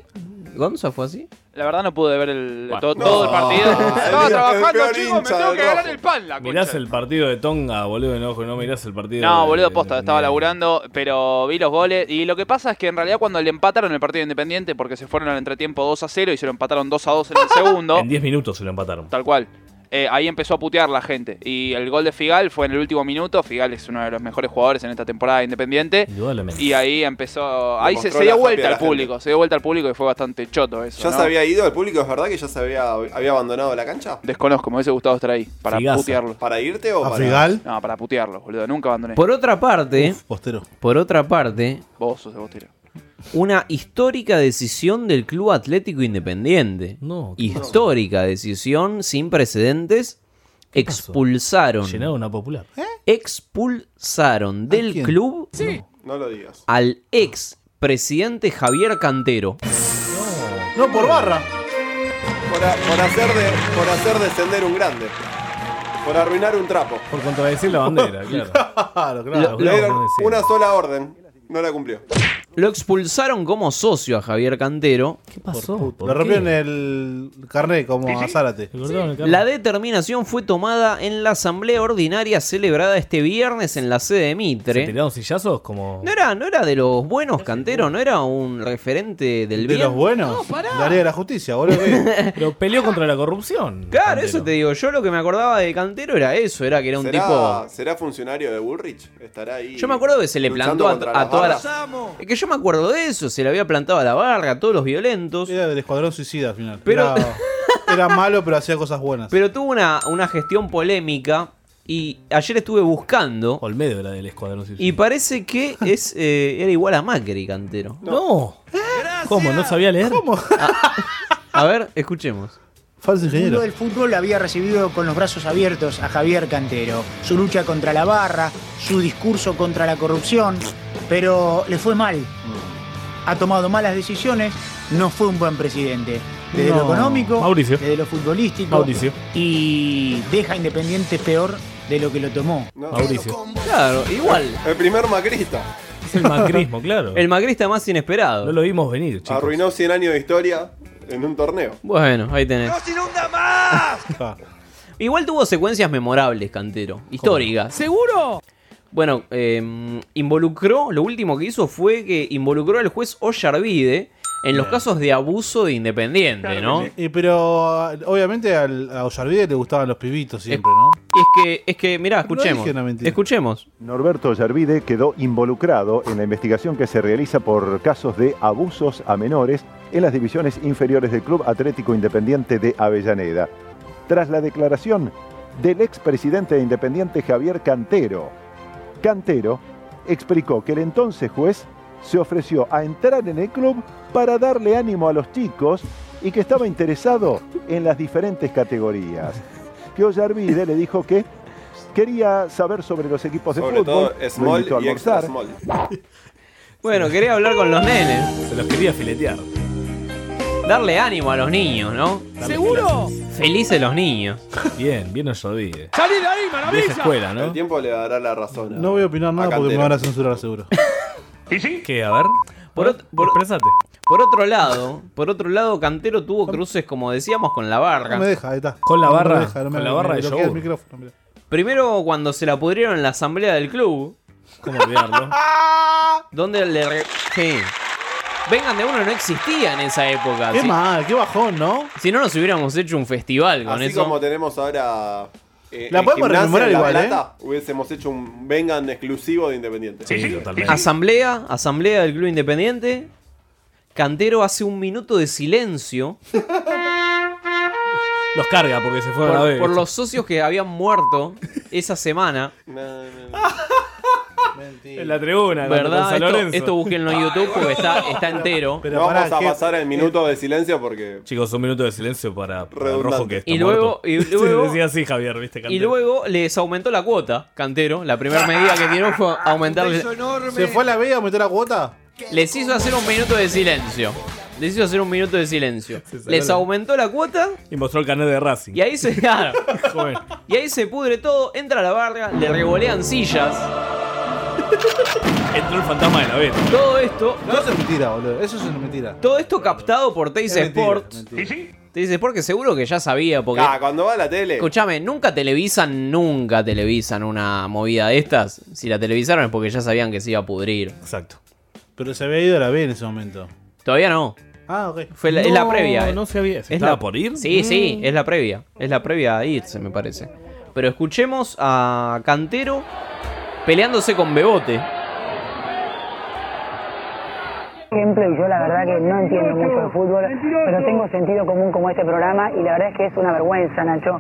¿Gonza fue así? La verdad no pude ver el, Bueno. todo, todo el (laughs) partido. No. Estaba El trabajando, peor chicos, me hincha tengo del que ganar rojo. el pan, la concha. Mirás el partido de Tonga, boludo, enojo, no mirás el partido No, de- boludo, posta, estaba laburando, pero vi los goles. Y lo que pasa es que en realidad cuando le empataron el partido de Independiente, porque se fueron al entretiempo 2 a 0 y se lo empataron 2 a 2 (laughs) en el segundo, En 10 minutos se lo empataron. tal cual. eh, ahí empezó a putear la gente. Y el gol de Figal fue en el último minuto. Figal es uno de los mejores jugadores en esta temporada de Independiente. Indudablemente. Y ahí empezó. Ahí se, mostró se dio la vuelta happy a la al público. Se dio vuelta al público y fue bastante choto eso. ¿Ya ¿no? se había ido el público? ¿Es verdad que ya se había, había abandonado la cancha? Desconozco, me hubiese gustado estar ahí. Para Figaza. putearlo. ¿Para irte o ¿A para.? Figal? No, para putearlo, boludo. Nunca abandoné. Por otra parte. postero. Por otra parte, Vos sos de botero. una histórica decisión del Club Atlético Independiente. No, ¿qué pasó? Histórica decisión sin precedentes. Expulsaron. Llenaron una popular. Expulsaron del club No lo digas. al ex presidente Javier Cantero. No, por barra. Por, a- por hacer de, por hacer descender un grande. Por arruinar un trapo. Por contradecir (laughs) (laughs) la bandera, claro. Claro, claro. Le dieron una sola orden. No la cumplió. Lo expulsaron como socio a Javier Cantero. ¿Qué Le rompieron el carnet como a Zárate. La determinación fue tomada en la asamblea ordinaria celebrada este viernes en la sede de ¿Se Mitre. tiraron sillazos? Como... No era, no era de los buenos canteros, no era un referente del ¿De bien. los buenos? la Liga de la Justicia, boludo. (laughs) ¿qué? Pero peleó contra la corrupción. Claro, eso te digo. Yo lo que me acordaba de Cantero era eso, era que era un ¿Será, tipo. será funcionario de Bullrich? ¿Estará ahí? Yo me acuerdo que se le luchando plantó a, contra a las toda barras? la. Es que yo me acuerdo de eso, se le había plantado a la barra, a todos los violentos. Era del Escuadrón Suicida al final. Pero- Era, era malo, pero hacía cosas buenas. Pero tuvo una, una gestión polémica y ayer estuve buscando. Olmedo era del escuadrón. Y parece que es, eh, era igual a Macri, Cantero. No. ¿Cómo? ¿No sabía leer? ¿Cómo? A ver, escuchemos. Falso El mundo del fútbol había recibido con los brazos abiertos a Javier Cantero. Su lucha contra la barra, su discurso contra la corrupción, pero le fue mal. Ha tomado malas decisiones, no fue un buen presidente. Desde No. lo económico, Mauricio. desde lo futbolístico. Mauricio. Y deja Independiente peor de lo que lo tomó. Mauricio. Claro, igual. El primer macrista. Es el macrismo, claro. El macrista más inesperado. No lo vimos venir, chicos. Arruinó 100 años de historia en un torneo. Bueno, ahí tenés. Igual tuvo secuencias memorables, Cantero. Históricas. ¿Seguro? Bueno, eh, involucró, lo último que hizo fue que involucró al juez Ollarvide en los casos de abuso de Independiente, ¿no? Y pero obviamente al, a Ollarvide le gustaban los pibitos siempre, ¿no? Y es que, es que mirá, escuchemos. dije una mentira. escuchemos. Norberto Yarvide quedó involucrado en la investigación que se realiza por casos de abusos a menores en las divisiones inferiores del Club Atlético Independiente de Avellaneda. Tras la declaración del expresidente de Independiente Javier Cantero, Cantero explicó que el entonces juez se ofreció a entrar en el club para darle ánimo a los chicos y que estaba interesado en las diferentes categorías. Que Ollarvide le dijo que quería saber sobre los equipos de Sobre fútbol, todo lo Small invitó a y extra almorzar. Small. (laughs) Bueno, quería hablar con los nenes. Se los quería filetear. Darle ánimo a los niños, ¿no? ¿Seguro? Felices los niños. Bien, (laughs) bien Ollarvide. ¡Salí de ahí, maravilla! Vieja escuela, ¿no? El tiempo le dará la razón. No voy a opinar nada Acá porque me entero. van a censurar seguro. ¿Y sí? ¿Qué? A ver. Por, ot- por- por otro lado, por otro lado, Cantero tuvo cruces, como decíamos, con la barra. No me deja, ahí está. Con la No me barra, deja, no me- con la barra me de bloquea el yogur. micrófono, mirá. Primero cuando se la pudrieron en la asamblea del club. ¿Cómo olvidarlo? (laughs) donde le... re- Sí. Vengan de uno no existía en esa época. Qué Si- mal, qué bajón, ¿no? Si no nos hubiéramos hecho un festival con Así eso. como tenemos ahora eh, La en podemos Gimnasia, rememorar en La igual, ¿eh? Plata, Hubiésemos hecho un vengan exclusivo de Independiente. Sí, totalmente. Asamblea, asamblea del Club Independiente. Cantero hace un minuto de (laughs) silencio Los carga porque se fueron a por, ver. por los socios que habían muerto esa (laughs) semana. En la tribuna, contra ¿Verdad? San Esto, Lorenzo. esto búsquenlo en YouTube porque (laughs) está, está entero. No vamos a pasar eh, el minuto de silencio porque. Chicos, un minuto de silencio para, para el Redundante. rojo que está Y luego- muerto. y luego- (laughs) Sí, decía así, Javier, viste, Y Cantero. luego les aumentó la cuota, Cantero. La primera medida que dieron fue aumentarle. ¿Se fue a la B a meter la cuota? Les hizo hacer un minuto de silencio. Les hizo hacer un minuto de silencio. sacó Les la- aumentó la cuota. Y mostró el canal de Racing. Y ahí se. (laughs) claro. y ahí se pudre todo, entra a la barra, le revolean sillas. Entró el fantasma de la B. Todo esto. No, eso es mentira, boludo. Eso es una mentira. Todo esto captado por Teis Es mentira, Sports. Teis Sports que seguro que ya sabía porque. Ah, cuando va a la tele. Escuchame, nunca televisan, nunca televisan una movida de estas. Si la televisaron es porque ya sabían que se iba a pudrir. Exacto. Pero se había ido a la B en ese momento. Todavía no. Ah, ok. Fue la- es la previa. eh. Es la- Sí, sí, Mm. es la previa. Es la previa a irse, me parece. Pero escuchemos a Cantero peleándose con Bebote. ejemplo y yo la verdad que no entiendo mucho de fútbol, pero tengo sentido común como este programa y la verdad es que es una vergüenza, Nacho.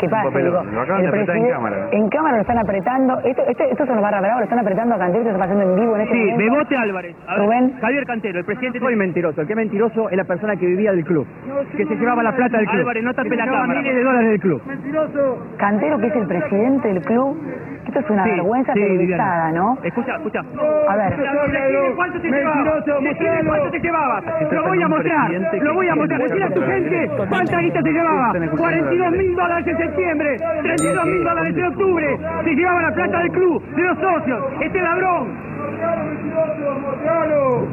¿Qué pasa? papelón, lo acaban de apretar en cámara. En cámara lo están apretando, esto, esto, esto son los barra brava, lo están apretando a Cantero, esto está pasando en vivo en este Sí, momento. Bebote Álvarez. A ver, Rubén. Javier Cantero, el presidente. Soy mentiroso, el que es mentiroso es la persona que vivía del club, que se llevaba la plata del club. Álvarez, no tape la Se llevaba cámara. miles de dólares del club. Cantero, que es el presidente del club, esto es una Sí, vergüenza sí, televisada, Viviana. ¿no? Escucha, escucha. A ver. Decime ¿Cuánto te llevabas? Mentiroso, Decime ¿Cuánto te llevabas? Lo voy a mostrar. Lo voy a mostrar. Decirle a tu gente cuánta guita te llevaba. 42 mil dólares en septiembre. 32 mil dólares en octubre. Se llevaba la plata del club, de los socios. Este ladrón.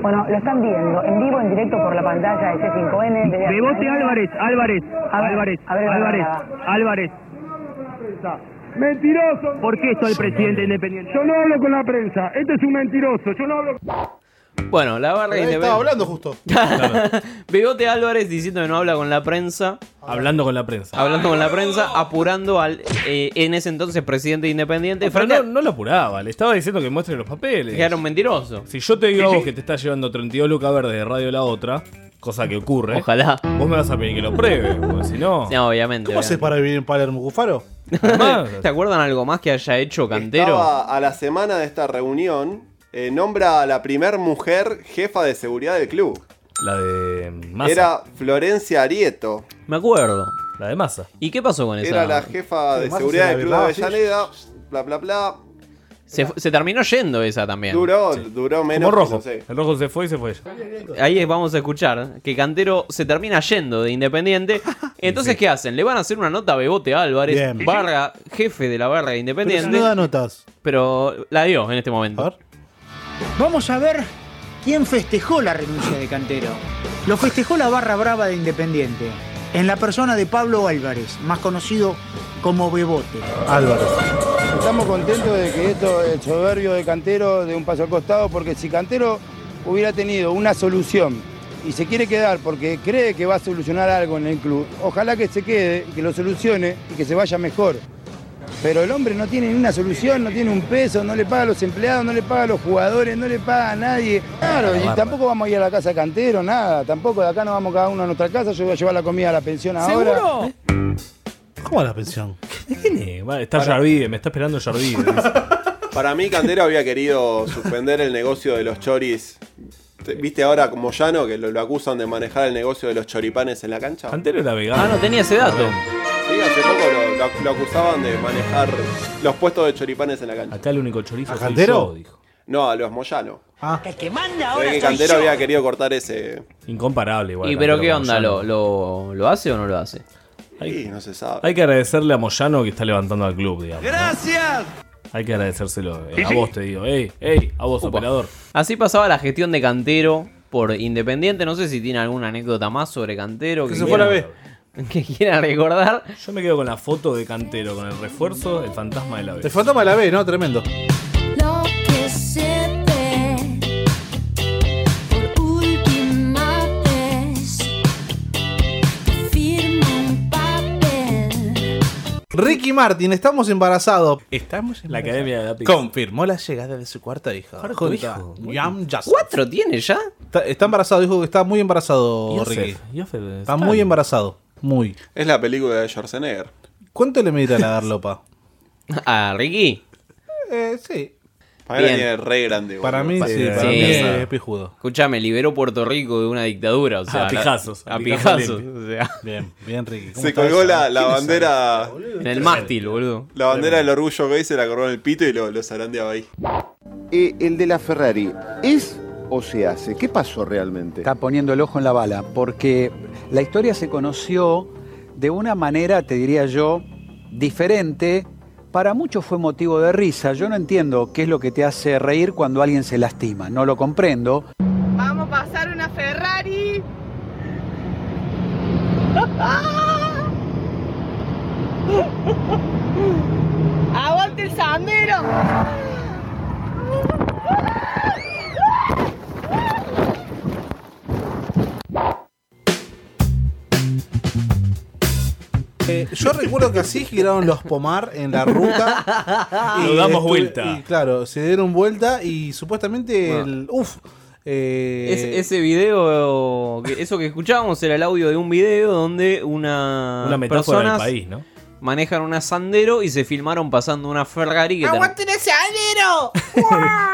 Bueno, lo están viendo en vivo, en directo por la pantalla de C5N. desde Bebote Argentina. Álvarez, Álvarez, A ver, Álvarez, a ver, Álvarez, Álvarez. Mentiroso. ¿Por qué esto el presidente independiente? Yo no hablo con la prensa. Este es un mentiroso. Yo no hablo. Bueno, la barra Pero ahí independiente. estaba hablando justo. (laughs) Bebote Álvarez diciendo que no habla con la prensa. Hablando con la prensa. Hablando con la prensa, apurando al eh, en ese entonces presidente independiente. Pero frente no, a- no lo apuraba, le estaba diciendo que muestre los papeles. Era un mentiroso. Si yo te digo Sí, a vos (laughs) sí. que te estás llevando 32 lucas verdes de radio la otra, cosa que ocurre. Ojalá. Vos me vas a pedir que lo pruebe, porque si no. No, obviamente. ¿Cómo haces para vivir en Palermo, Cufaro? (laughs) ¿Te acuerdan algo más que haya hecho Cantero? Estaba a la semana de esta reunión, eh, nombra a la primer mujer jefa de seguridad del club. La de Massa. Era Florencia Arieto. Me acuerdo. La de Massa. ¿Y qué pasó con esa? Era la jefa de Massa seguridad se la del club de violaba, sí. Avellaneda. Bla, bla, bla. Se, fu- se terminó yendo esa también. Duró, duró menos. Como rojo. no sé. El rojo se fue y se fue. Ahí es- vamos a escuchar que Cantero se termina yendo de (laughs) Independiente. Entonces, ¿qué hacen? Le van a hacer una nota a Bebote Álvarez, Bien. barra jefe de la barra de Pero si Independiente. no da notas. pero la dio en este momento. Vamos a ver quién festejó la renuncia de Cantero. Lo festejó la barra brava de Independiente, en la persona de Pablo Álvarez, más conocido como Bebote. Estamos contentos de que esto, el soberbio de Cantero, de un paso al costado, porque si Cantero hubiera tenido una solución y se quiere quedar porque cree que va a solucionar algo en el club, ojalá que se quede, y que lo solucione y que se vaya mejor. Pero el hombre no tiene ni una solución, no tiene un peso, no le paga a los empleados, no le paga a los jugadores, no le paga a nadie. Claro, y tampoco vamos a ir a la casa de Cantero, nada, tampoco de acá no vamos cada uno a nuestra casa, yo voy a llevar la comida a la pensión ahora. ¿Cómo la pensión? Tiene, va, Está Yarvide, me está esperando (laughs) Yarvide. Para mí, Cantero había querido suspender el negocio de los choris. Te- ¿Viste ahora como Llano que lo, lo acusan de manejar el negocio de los choripanes en la cancha? Cantero era vegano. Ah, no tenía ese dato. Sí, hace poco lo, lo- lo acusaban de manejar los puestos de choripanes en la cancha. Acá el único chorizo ¿A soy Cantero? yo, dijo. No, a los Moyano. El que manda Creo que Cantero había querido cortar ese. Incomparable igual. ¿Y pero Cantero qué con onda? ¿Lo, Moyano. lo, lo hace o no lo hace? Sí, no se sabe. Hay que agradecerle a Moyano que está levantando al club, digamos. ¡Gracias! Hay que agradecérselo. eh, a Sí. vos te digo. Ey, ey, a vos, Upa. operador. Así pasaba la gestión de Cantero por Independiente. No sé si tiene alguna anécdota más sobre Cantero. se fue a la (laughs) Que quiera recordar. Yo me quedo con la foto de Cantero, con el refuerzo, el fantasma de la B. El fantasma de la B, ¿no? Tremendo. Lo que se ve por última vez, firma un papel. Ricky Martin, estamos embarazados. Estamos La Academia de la Pizza. Confirmó la llegada de su cuarto hijo. Cuarto hijo. ¿Cuatro tiene ya? Está, está embarazado, dijo que está muy embarazado, Ricky. Está muy embarazado. Muy. Es la película de Schwarzenegger. ¿Cuánto le medita la garlopa? Ah, Ricky. (laughs) Eh, sí. Para mí la Bien. tiene re grande. boludo. Para mí sí, para mí es pijudo. Escuchame, liberó Puerto Rico de una dictadura. O sea, A pijazos, A a pijazos. pijazos o sea. Bien, bien, Ricky. Se colgó la, la bandera. En el mástil, boludo. La bandera del orgullo gay se la colgó en el pito y lo, lo zarandeaba ahí. Eh, el de la Ferrari, ¿es o se hace? ¿Qué pasó realmente? Está poniendo el ojo en la bala, porque la historia se conoció de una manera, te diría yo, diferente. Para muchos fue motivo de risa. Yo no entiendo qué es lo que te hace reír cuando alguien se lastima. No lo comprendo. Vamos a pasar una Ferrari. (laughs) ¡Aguante el sandero! Eh, yo recuerdo que así giraron los pomar en la (laughs) ruta. Nos damos vuelta. Y claro, se dieron vuelta y supuestamente Bueno. el. Uf. eh, Es- (laughs) ese video, que- eso que escuchábamos era el audio de un video donde una, Una metáfora del personas país, ¿no? manejan una Sandero y se filmaron pasando una Ferrari que ter- ese sandero!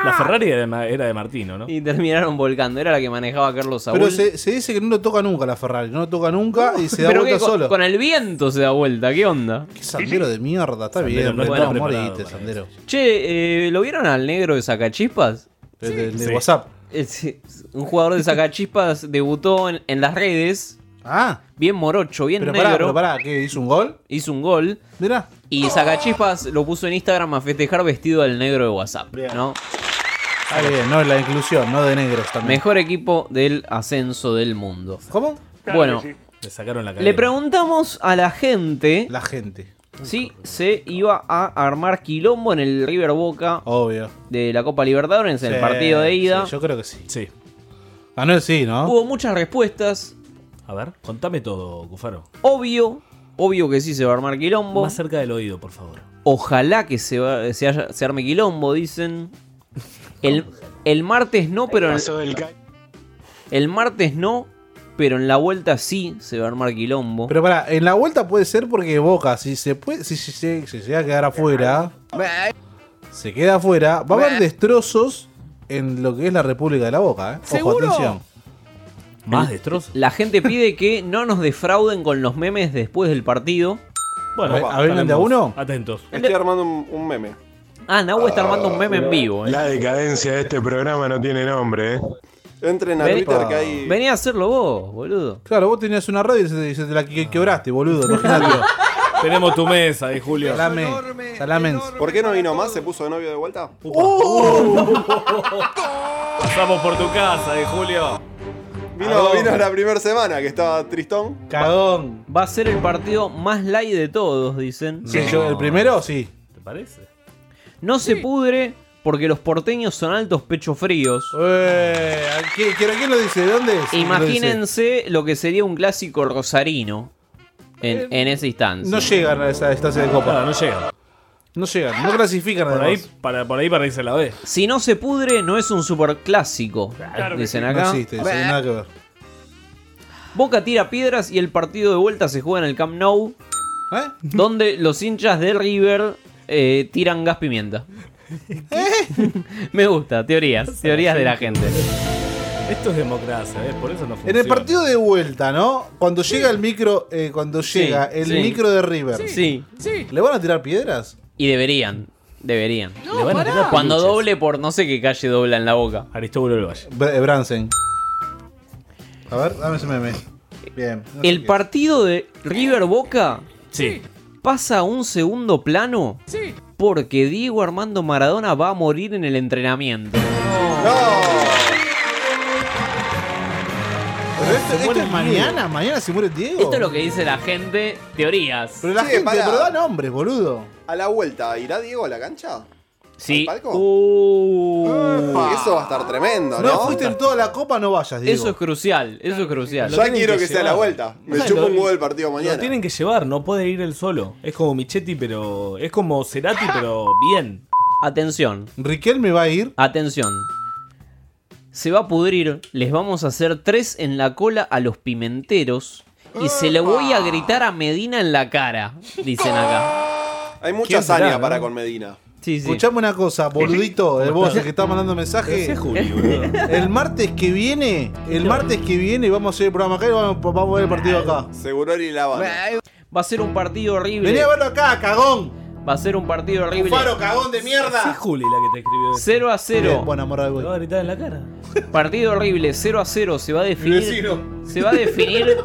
La Ferrari era de, Ma- era de Martino, ¿no? Ah. y terminaron volcando. Era la que manejaba Carlos Saúl. pero se, se dice que no lo toca nunca la Ferrari, no lo toca nunca y se da Pero vuelta que con, solo. con el viento se da vuelta, ¿qué onda? Qué sandero de mierda, está Sandero bien, no pero está no, preparado moriste, sandero. Che, eh, ¿lo vieron al negro de Sacachispas? El de- el de Sí. WhatsApp. Ese- Un jugador de Sacachispas (laughs) debutó en, en las redes. Ah. Bien morocho, bien Pero negro. pará, pero pará, ¿qué? ¿Hizo un gol? Hizo un gol. Mirá. Y Sacachispas lo puso en Instagram a festejar vestido al negro de WhatsApp. ¿no? Está Ah, bien, no, la inclusión, no de negros también. Mejor equipo del ascenso del mundo. ¿Cómo? Bueno, Le sacaron la le cadena. preguntamos a la gente. La gente. Si se iba a armar quilombo en el River Boca. Obvio. De la Copa Libertadores, en el Sí, partido de ida. sí, yo creo que sí. Sí. Ganó el sí, ¿no? Hubo muchas respuestas. A ver, contame todo, Cufaro. Obvio, obvio que sí se va a armar quilombo. Más cerca del oído, por favor. Ojalá que se, va- se, haya- se arme quilombo, dicen. El, el martes no, pero. en- el martes no, pero en la vuelta sí se va a armar quilombo. Pero pará, en la vuelta puede ser porque Boca, si se puede, si se llega- si se llega a quedar afuera, se queda afuera, va a haber destrozos en lo que es la República de la Boca, ¿eh? Ojo, ¿Seguro? atención. Más destrozos. La gente pide que no nos defrauden con los memes después del partido. Bueno, A ver, a ver, ¿de a uno? Atentos. Estoy armando un, un meme. Ah, Nahu está armando un meme en vivo. ¿eh? La decadencia de este programa no tiene nombre, ¿eh? Entren Vení- Vení a hacerlo vos, boludo. Claro, vos tenías una radio y se, se te la que- quebraste, (laughs) boludo, imagínate. Tenemos tu mesa ahí, Julio. Salame, salame. ¿Por qué no vino más? ¿Se puso de novio de vuelta? ¡Oh! Pasamos por tu casa, eh, Julio. Vino, vino la primera semana que estaba tristón. Cagón. Va a ser el partido más light de todos, dicen. Sí, yo, el primero, sí. ¿Te parece? No se pudre porque los porteños son altos pechos fríos. Eh, ¿a qué- quién, quién lo dice? ¿De dónde es? Imagínense lo que sería un clásico rosarino en, en esa instancia. Eh, No llegan a esa distancia de copa. No, no llegan. No llegan, no clasifican Por ahí, además. para, por ahí para irse la B. Si no se pudre, no es un superclásico. dicen No acá. existe, eso, nada que ver. Boca tira piedras y el partido de vuelta se juega en el Camp Nou. ¿Eh? Donde los hinchas de River eh, tiran gas (laughs) pimienta. ¿Eh? (laughs) Me gusta, teorías, teorías de la gente. Esto es democracia, ¿ves? Por eso no En funciona. el partido de vuelta, ¿no? Cuando llega el micro, eh, cuando Sí, llega el sí. micro de River. Sí. ¿Le van a tirar piedras? Y deberían, deberían. Le van a pará. tirar Cuando peluches. doble por no sé qué calle dobla en la boca. Aristóbulo del Valle. Br- eh, Bransen. A ver, dame ese meme. Bien. no sé El qué. partido de River Boca sí. pasa a un segundo plano porque Diego Armando Maradona va a morir en el entrenamiento. Pero esto, esto es mañana, mañana se muere Diego. Esto es lo que dice la gente, teorías. Pero la Sí, gente, pará. pero da nombres, boludo. A la vuelta, ¿irá Diego a la cancha? Sí. Eso va a estar tremendo, ¿no? Uh. No fuiste en toda la copa, no vayas, Diego. Eso es crucial, eso es crucial. Ya quiero que, sea la vuelta. Me Bueno, chupo un lo- huevo el partido Lo mañana. tienen que llevar, no puede ir él solo. Es como Michetti, pero. Es como Cerati, pero bien. Atención. Riquelme va a ir. Atención. Se va a pudrir. Les vamos a hacer tres en la cola a los pimenteros. Y se le voy a gritar a Medina en la cara. Dicen acá. Hay mucha ¿Quién será, hazaña no? para con Medina. Sí, sí. Escuchame una cosa, boludito, el vos el que está mandando mensaje. (laughs) El martes que viene, el martes que viene vamos a hacer el programa acá y vamos, vamos a ver el partido acá. Seguro y la Va a ser un partido horrible. Vení a verlo acá, cagón. Va a ser un partido horrible. Faro, cagón de Sí, mierda. es Juli la que te escribió. eso. 0 a 0. Buena moral, Te güey. va a gritar en la cara. Partido horrible, 0 a 0. Se va a definir. Vecino. Se va a definir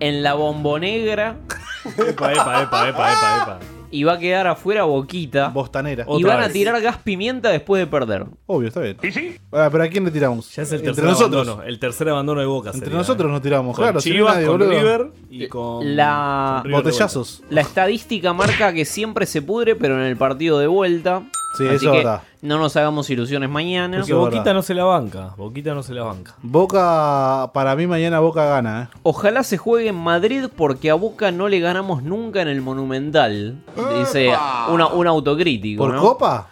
en la (laughs) bombonegra. Epa, epa, epa, epa, epa, epa. Y va a quedar afuera boquita. Bostanera. Y van a tirar gas pimienta después de perder. Obvio, está bien. ¿Y sí? pero ¿a quién le tiramos? Ya es el Entre tercer nosotros. abandono. El tercer abandono de Boca. Entre sería, nosotros eh. nos tiramos, Con claro. si no Chivas, nadie, con boludo. River y con. La- con River de Botellazos. La estadística marca que siempre se pudre, pero en el partido de vuelta. Sí, Así eso es que verdad. no nos hagamos ilusiones mañana. vuelta. Porque Boquita no se la banca. Boquita no se la banca. Boca, para mí mañana Boca gana, eh. Ojalá se juegue en Madrid porque a Boca no le ganamos nunca en el Monumental. Dice una, un autocrítico. ¿Por ¿no? copa?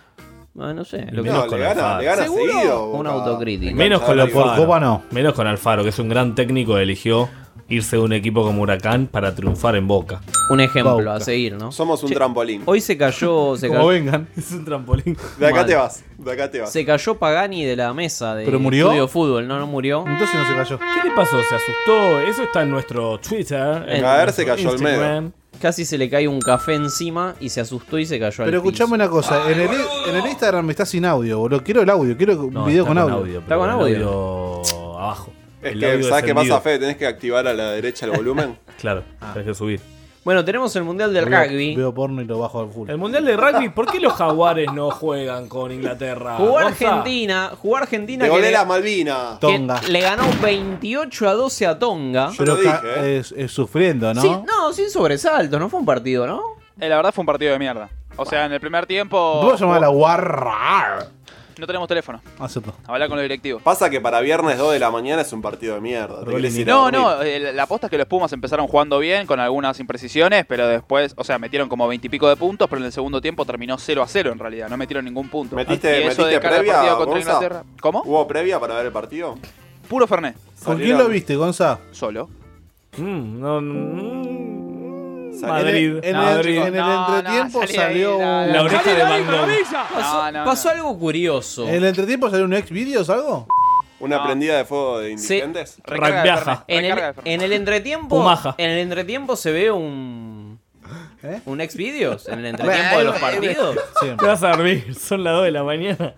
Ah, no sé. lo que- Menos No, con le gana, Alfaro. le gana ¿Seguro? seguido. Un Boca. autocrítico. Menos con Enganchado Alfaro. arriba. Copa no. Menos con Alfaro, que es un gran técnico que eligió irse de un equipo como Huracán para triunfar en Boca. Un ejemplo Boca. a seguir, ¿no? Somos un trampolín. Hoy se cayó. Se Como cayó, vengan. Es un trampolín. De acá Mal. te vas, de acá te vas. se cayó Pagani de la mesa de ¿Pero murió? Estudio Fútbol. No, no murió. Entonces no se cayó. ¿Qué le pasó? ¿Se asustó? Eso está en nuestro Twitter. en A ver, se nuestro cayó el medio. Instagram. Casi se le cae un café encima y se asustó y se cayó al Pero piso. escuchame una cosa, en el, en el Instagram está sin audio, boludo. Quiero el audio, quiero un No, video está con audio. ¿Está con pero audio? el audio abajo. Es El que, audio ¿sabes qué descendido. pasa, Fede? Tenés que activar a la derecha el volumen. (laughs) Claro, tenés que subir. Bueno, tenemos el Mundial del Veo- Rugby. Veo porno y lo bajo al full. El mundial de rugby, ¿por qué los jaguares no juegan con Ah, Inglaterra? Jugó Gonza? Argentina, jugó Argentina que Te golé le, la Malvina. que Tonga. le ganó 28 a 12 a Tonga. Yo Pero lo dije, ca- ¿eh? es- es sufriendo, ¿no? Sí, no, sin sobresaltos, no fue un partido, ¿no? Eh, la verdad fue un partido de mierda. O sea, en el primer tiempo. ¿Puedo llamar a la guarra? No tenemos teléfono. Acepto. Hablar con los directivos. Pasa que para viernes 2 de la mañana es un partido de mierda. Te querés ir a No, dormir. no, eh, la- la aposta es que los Pumas empezaron jugando bien, con algunas imprecisiones, pero después, o sea, metieron como veintipico de puntos, pero en el segundo tiempo terminó 0 a 0 en realidad, no metieron ningún punto. ¿Metiste- Y eso de metiste cara al previa, partido contra Gonza? Inglaterra. ¿Cómo? ¿Hubo previa para ver el partido? Puro Fernet, ¿Con Salieron- quién lo viste, Gonza? solo. Mm, no, mm, Salí Madrid. En el, Madrid. en el No, no, entretiempo salí ahí, salió. no, un- La oreja de Van Gogh. Pasó, no, no. pasó algo curioso. En el entretiempo salió un ex videos algo. ¿Una No. prendida de fuego de Sí. indigentes? Recarga de Rugbyaja. Fernet, En el, recarga de Fernet. en el entretiempo. Pumaja. En el entretiempo se ve un. ¿Eh? Un ex videos (laughs) en el entretiempo de los partidos. Te Siempre. vas a dormir, son las 2 de la mañana.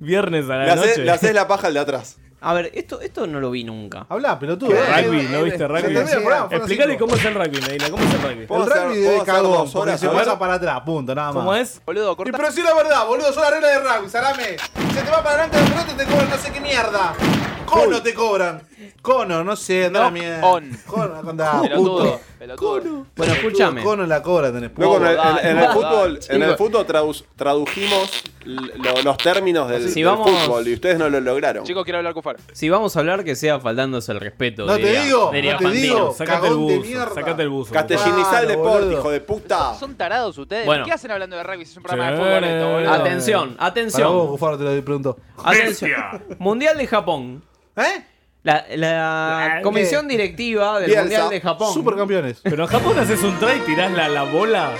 Viernes a la Le haces noche. le hacés la paja al de atrás. A ver, esto, esto no lo vi nunca. Hablá, pelotudo. dale. Rugby, ¿no viste Se rugby? termina el programa, fueron Explicale cinco. cómo es el rugby, Medina, cómo es el rugby. ¿Puedo El hacer- rugby puedo debe hacer cagón, dos porque horas, se a ver? pasa para atrás, punto, nada más. ¿Cómo es? Boludo, Y corta. pero si es la verdad, boludo, son las reglas de rugby, salame. Se te va para adelante la pelota y te cobran no sé qué mierda. Cono te cobran. Cono, no sé, anda la Knock mierda. on. Cono, anda, Pelotudo, puto. pelotudo. Bueno, escúchame. Cono la cobra tenés. Luego en el, Vamos, en- en dale, el fútbol, dale, en el chicos. fútbol traus- tradujimos l- lo- los términos del, Si del vamos- fútbol y ustedes no lo lograron. Chicos, quiero hablar con Faro. Si vamos a hablar, que sea faltándose el respeto. No te diría- digo, diría no te Fantino. digo. Sacate el Cagón de buzo, mierda. sacate el buzo. Castellinizar el Claro, deporte, boludo. hijo de puta. Son tarados ustedes. Bueno. ¿Qué hacen hablando de rugby si es un programa de Sí. fútbol esto, boludo? Aten- Atención, Para atención. vos, Gufaro, te lo pregunto. Atención. Mundial de Japón. ¿Eh? La, la comisión directiva del Bielsa, Mundial de Japón Supercampeones. Pero en Japón haces un try, tirás la, la bola,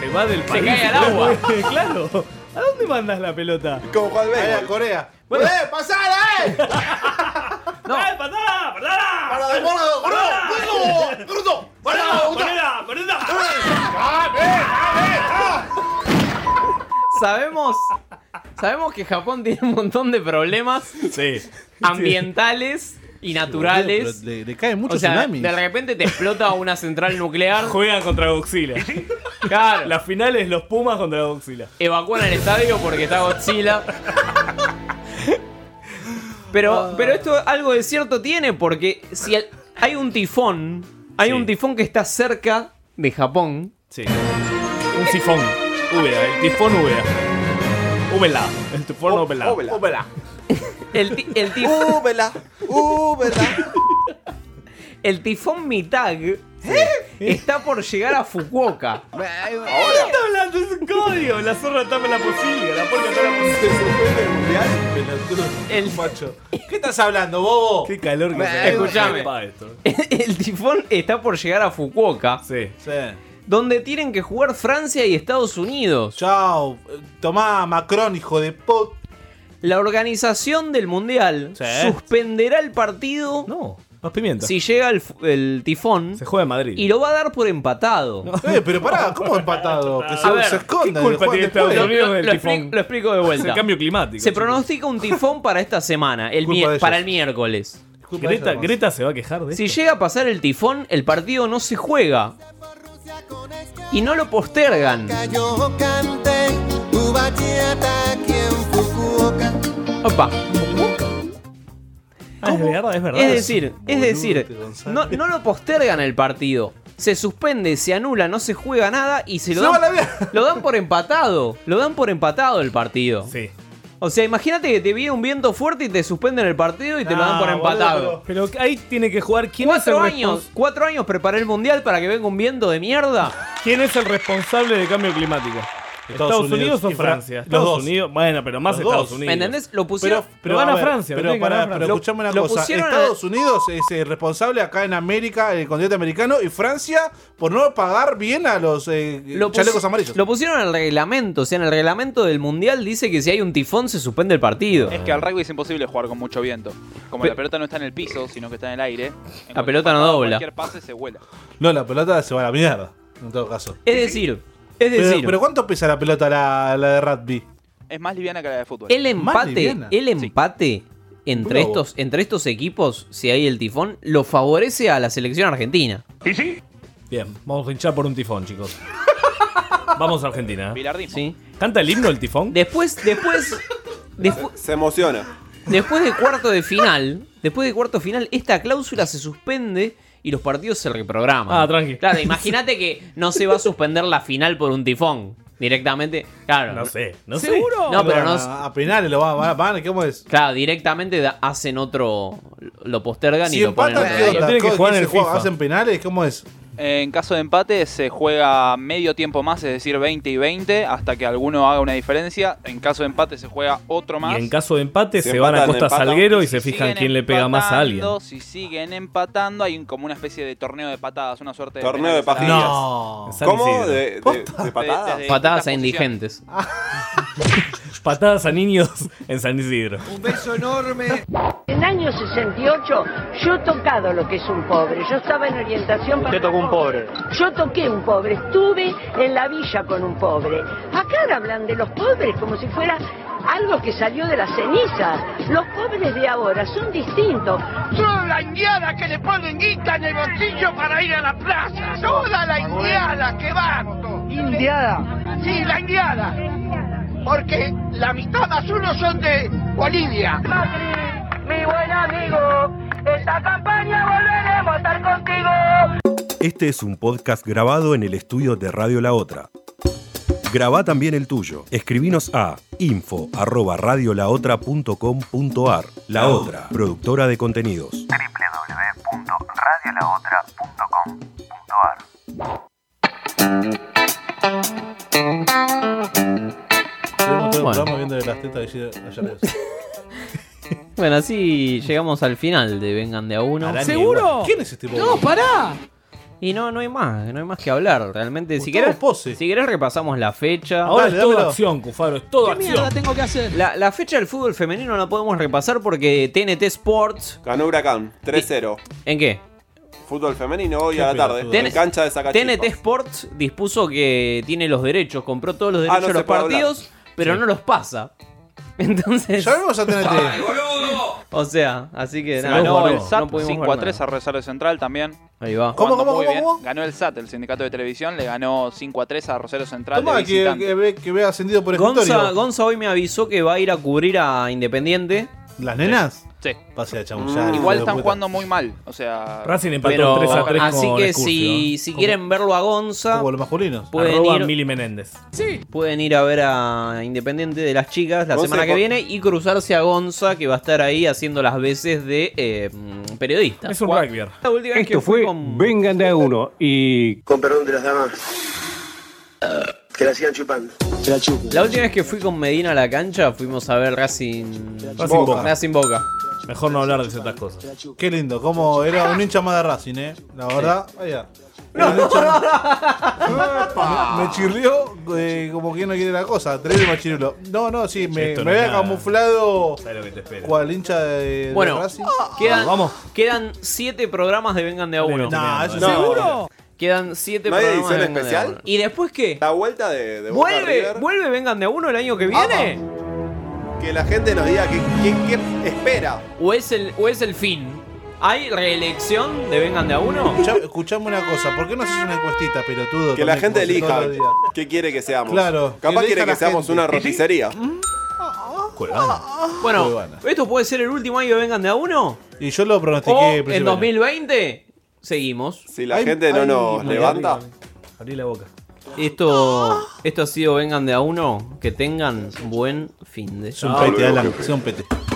se va del país. cae al agua. (laughs) claro. ¿A dónde mandas la pelota? Como Juan Ahí a Béisbol. Corea. Bueno, ¡Eh, pasala, eh! No, ¡Eh, patada! ¡Patada! ¡Para de gordo! ¡Gordo! ¡Gordo! ¡Para, puta! ¡Patada! ¡Patada! sabemos, sabemos que Japón tiene un montón de problemas Sí. ambientales y naturales. Pero Le, le caen muchos O sea, tsunamis. de repente te explota una central nuclear. (laughs) Juegan contra Godzilla. Claro. Las finales, los Pumas contra Godzilla. Evacúan el estadio porque está Godzilla. Ah. Pero, pero esto algo de cierto tiene porque si el- hay un tifón, hay Sí. un tifón que está cerca de Japón. Sí. Un sifón. Úbeda, el tifón Úbeda. Úbela. El tu Oh, forno úbela. Úbela. El, ti- el tif- El tifón Mitag ¿Eh? eh, está por llegar a Fukuoka. ¿Qué está hablando? Es un código. La zorra tapa la posibilidad. La puerta tapa la El macho. ¿Qué estás hablando, bobo? Qué calor que hace. (laughs) Escuchame. El tifón está por llegar a Fukuoka. Donde tienen que jugar Francia y Estados Unidos. Chao. Tomá, Macron, hijo de pot. La organización del Mundial suspenderá el partido. No, más pimienta. Si llega el, fu- el tifón. Se juega en Madrid. Y lo va a dar por empatado. Eh, pero pará, ¿cómo empatado? Que se, se esconde. este lo, explico, lo explico de vuelta. Es el cambio climático. Se pronostica un tifón para esta semana, el Culpa de mier- ellos. para el miércoles. Greta- de ellos, además. Greta se va a quejar de Si llega a pasar el tifón, el partido no se juega. Y no lo postergan. Yo canté tu bachillata aquí en Fukuoka. Opa. Ah, es verdad, es verdad. Es decir, es decir, no, no lo postergan el partido. Se suspende, se anula, no se juega nada y se lo, Se va dan, lo dan por empatado. Lo dan por empatado el partido. Sí. O sea, imagínate que te viene un viento fuerte y te suspenden el partido y te lo dan por empatado. Ah, Pero, pero ahí tiene que jugar quién es el cuatro respons- años, cuatro años preparé el mundial para que venga un viento de mierda. ¿Quién es el responsable del cambio climático? Estados, Unidos, o y Fra- Francia. los Estados dos. Unidos, bueno, pero más Los Estados dos. Unidos. ¿Me entendés? Lo pusieron. Pero, Pero gana a ver, Francia, lo Pero, tiene que ganar pará, Francia. pero escuchame una lo cosa. pusieron a- Estados Unidos es eh, responsable acá en América, en el continente americano, y Francia por no pagar bien a los eh, Lo, pusi- chalecos amarillos. lo pusieron al reglamento. O sea, en el reglamento del mundial dice que si hay un tifón se suspende el partido. Es que al rugby es imposible jugar con mucho viento. Como Pe- la pelota no está en el piso, sino que está en el aire. en La cualquier pelota no patada, dobla. Cualquier pase se vuela. No, la pelota se va a la mierda. En todo caso. Es decir, es Pero- decir, Pero, ¿cuánto pesa la pelota la, la de rugby? Es más liviana que la de fútbol. el empate, el empate entre Bravo. estos, entre estos equipos, si hay el tifón, lo favorece a la selección argentina. ¿Y sí? Bien, vamos a hinchar por un tifón, chicos. vamos a Argentina. Sí. ¿Canta el himno el tifón? Después, (laughs) después, Se, se emociona. Después de cuarto de final, después de cuarto final, esta cláusula se suspende y los partidos se reprograman. Ah, tranqui. Claro, imagínate que no se va a suspender la final por un tifón. Directamente, claro. No sé, no sé. ¿Seguro? No, pero no. A, a penales lo va- va- van, ¿cómo es? Claro, directamente da- hacen otro. Lo postergan y Si lo ponen. empatan, otro ¿qué día. onda? ¿Cómo- qué se juega? ¿Hacen penales? ¿Cómo es? En caso de empate se juega medio tiempo más, es decir, 20 y 20, hasta que alguno haga una diferencia. En caso de empate se juega otro más. Y en caso de empate Si se van a empatan, Costa empatan. Salguero y Si se fijan siguen quién le pega más a alguien. (laughs) empatando, Si siguen empatando, hay un- como una especie de torneo de patadas, una suerte de. Torneo de penales. pajillas. No. ¿Cómo? ¿De, de- de De- patadas? de- de- Patadas a indigentes. Patadas a niños en San Isidro. Un beso enorme. En el año 68 yo he tocado lo que es un pobre. Yo estaba en orientación para... Yo toqué un pobre. Estuve en la villa con un pobre. Acá ahora hablan de los pobres como si fuera algo que salió de las cenizas. Los pobres de ahora son distintos. Son la indiana que le ponen guita en el bolsillo para ir a la plaza. Toda la indiana que va. Indiana. Sí, la indiana. Porque la mitad más uno son de Bolivia. mi buen amigo, esta campaña volveremos a estar contigo. Este es un podcast grabado en el estudio de Radio La Otra. Graba también el tuyo. Escribinos a info@radiolaotra.com.ar. La Otra, productora de contenidos. www.radiolaotra.com.ar Tenemos todo el Bueno. programa viendo las tetas de ayer- ayer. Bueno, así llegamos al final de Vengan de a uno. Arani, ¿Seguro? ¿quién es este No, pobre? pará. Y no, no hay más, no hay más que hablar. Realmente, si querés, si querés repasamos la fecha. Ahora es todo acción, Cufaro, es todo acción. tengo que hacer? La, la fecha del fútbol femenino la podemos repasar porque TNT Sports. Ganó Huracán, 3-0. ¿En qué? Fútbol femenino hoy a la tarde. Ten- En cancha de Zacachispas. TNT Sports dispuso que tiene los derechos, compró todos los Ah, derechos no de se los puede hablar. partidos, pero Sí. no los pasa. (laughs) Entonces. Llamemos (laughs) a TNT. o sea, así que nada, Ganó no, el no SAT pudimos 5 jugar a 3 a Rosario Central también. Ahí va. Jugando cómo, muy cómo, bien. Ganó el SAT, el sindicato de televisión, le ganó 5 a 3 a Rosario Central. Tomá, de que, visitante. que, ve, que ve ascendido por Gonza, escritorio. Gonza hoy me avisó que va a ir a cubrir a Independiente. ¿Las nenas? Sí. Pase a chamullar. Mm, Igual están jugando muy mal. O sea. Racing empató Pero, 3 a 3 así con que Escurcio, si, ¿eh? si Como- quieren verlo a Gonza, como los masculinos, pueden Arroba ir, Mili Menéndez. pueden ir a ver a Independiente de las chicas la Gonza semana que con- viene y cruzarse a Gonza que va a estar ahí haciendo las veces de eh, mm, periodista. Es un rugby. La última vez que Esto fue Vengan de a uno y. Con perdón de las damas. Que la sigan chupando. la La última vez que fui con Medina a la cancha fuimos a ver Racing, Racing Boca. Racing Boca. Mejor no hablar de ciertas cosas. Qué lindo, como era un hincha más de Racing, eh. La verdad, allá. Era un (laughs) hincha- Me chirrió eh, como que no quiere la cosa. Tremendo machirulo. No, no, sí, me, me Esto no es había nada. camuflado Sabes lo que te espera. cual hincha de, de Bueno, Racing. Ah, quedan, quedan siete programas de Vengan de a uno. No, eso no. ¿Seguro? Quedan siete ¿No hay programas edición de Vengan de a especial? uno. ¿Y después qué? La vuelta de, de Boca ¿Vuelve, River. ¿Vuelve Vengan de a uno el año que viene? Que la gente nos diga qué qué- qué espera. ¿O es, el, ¿O es el fin? ¿Hay reelección de Vengan de a uno? Escuchá- Escuchame una cosa, ¿por qué no haces una encuestita, pelotudo? Que la también, gente como si elija todos los días? qué quiere que seamos. Claro, Capaz que quiere elija que la seamos gente. una roticería. Bueno, Cuevana. ¿esto puede ser el último año que vengan de a uno? Y yo lo O pronostiqué. en 2020 seguimos. Si la Ay, gente no ay, nos me levanta. abrí, Abrí la boca. Esto, esto ha sido vengan de a uno. Que tengan buen fin de Ah, Es un pete, Alan, es un pete. ¿Mm?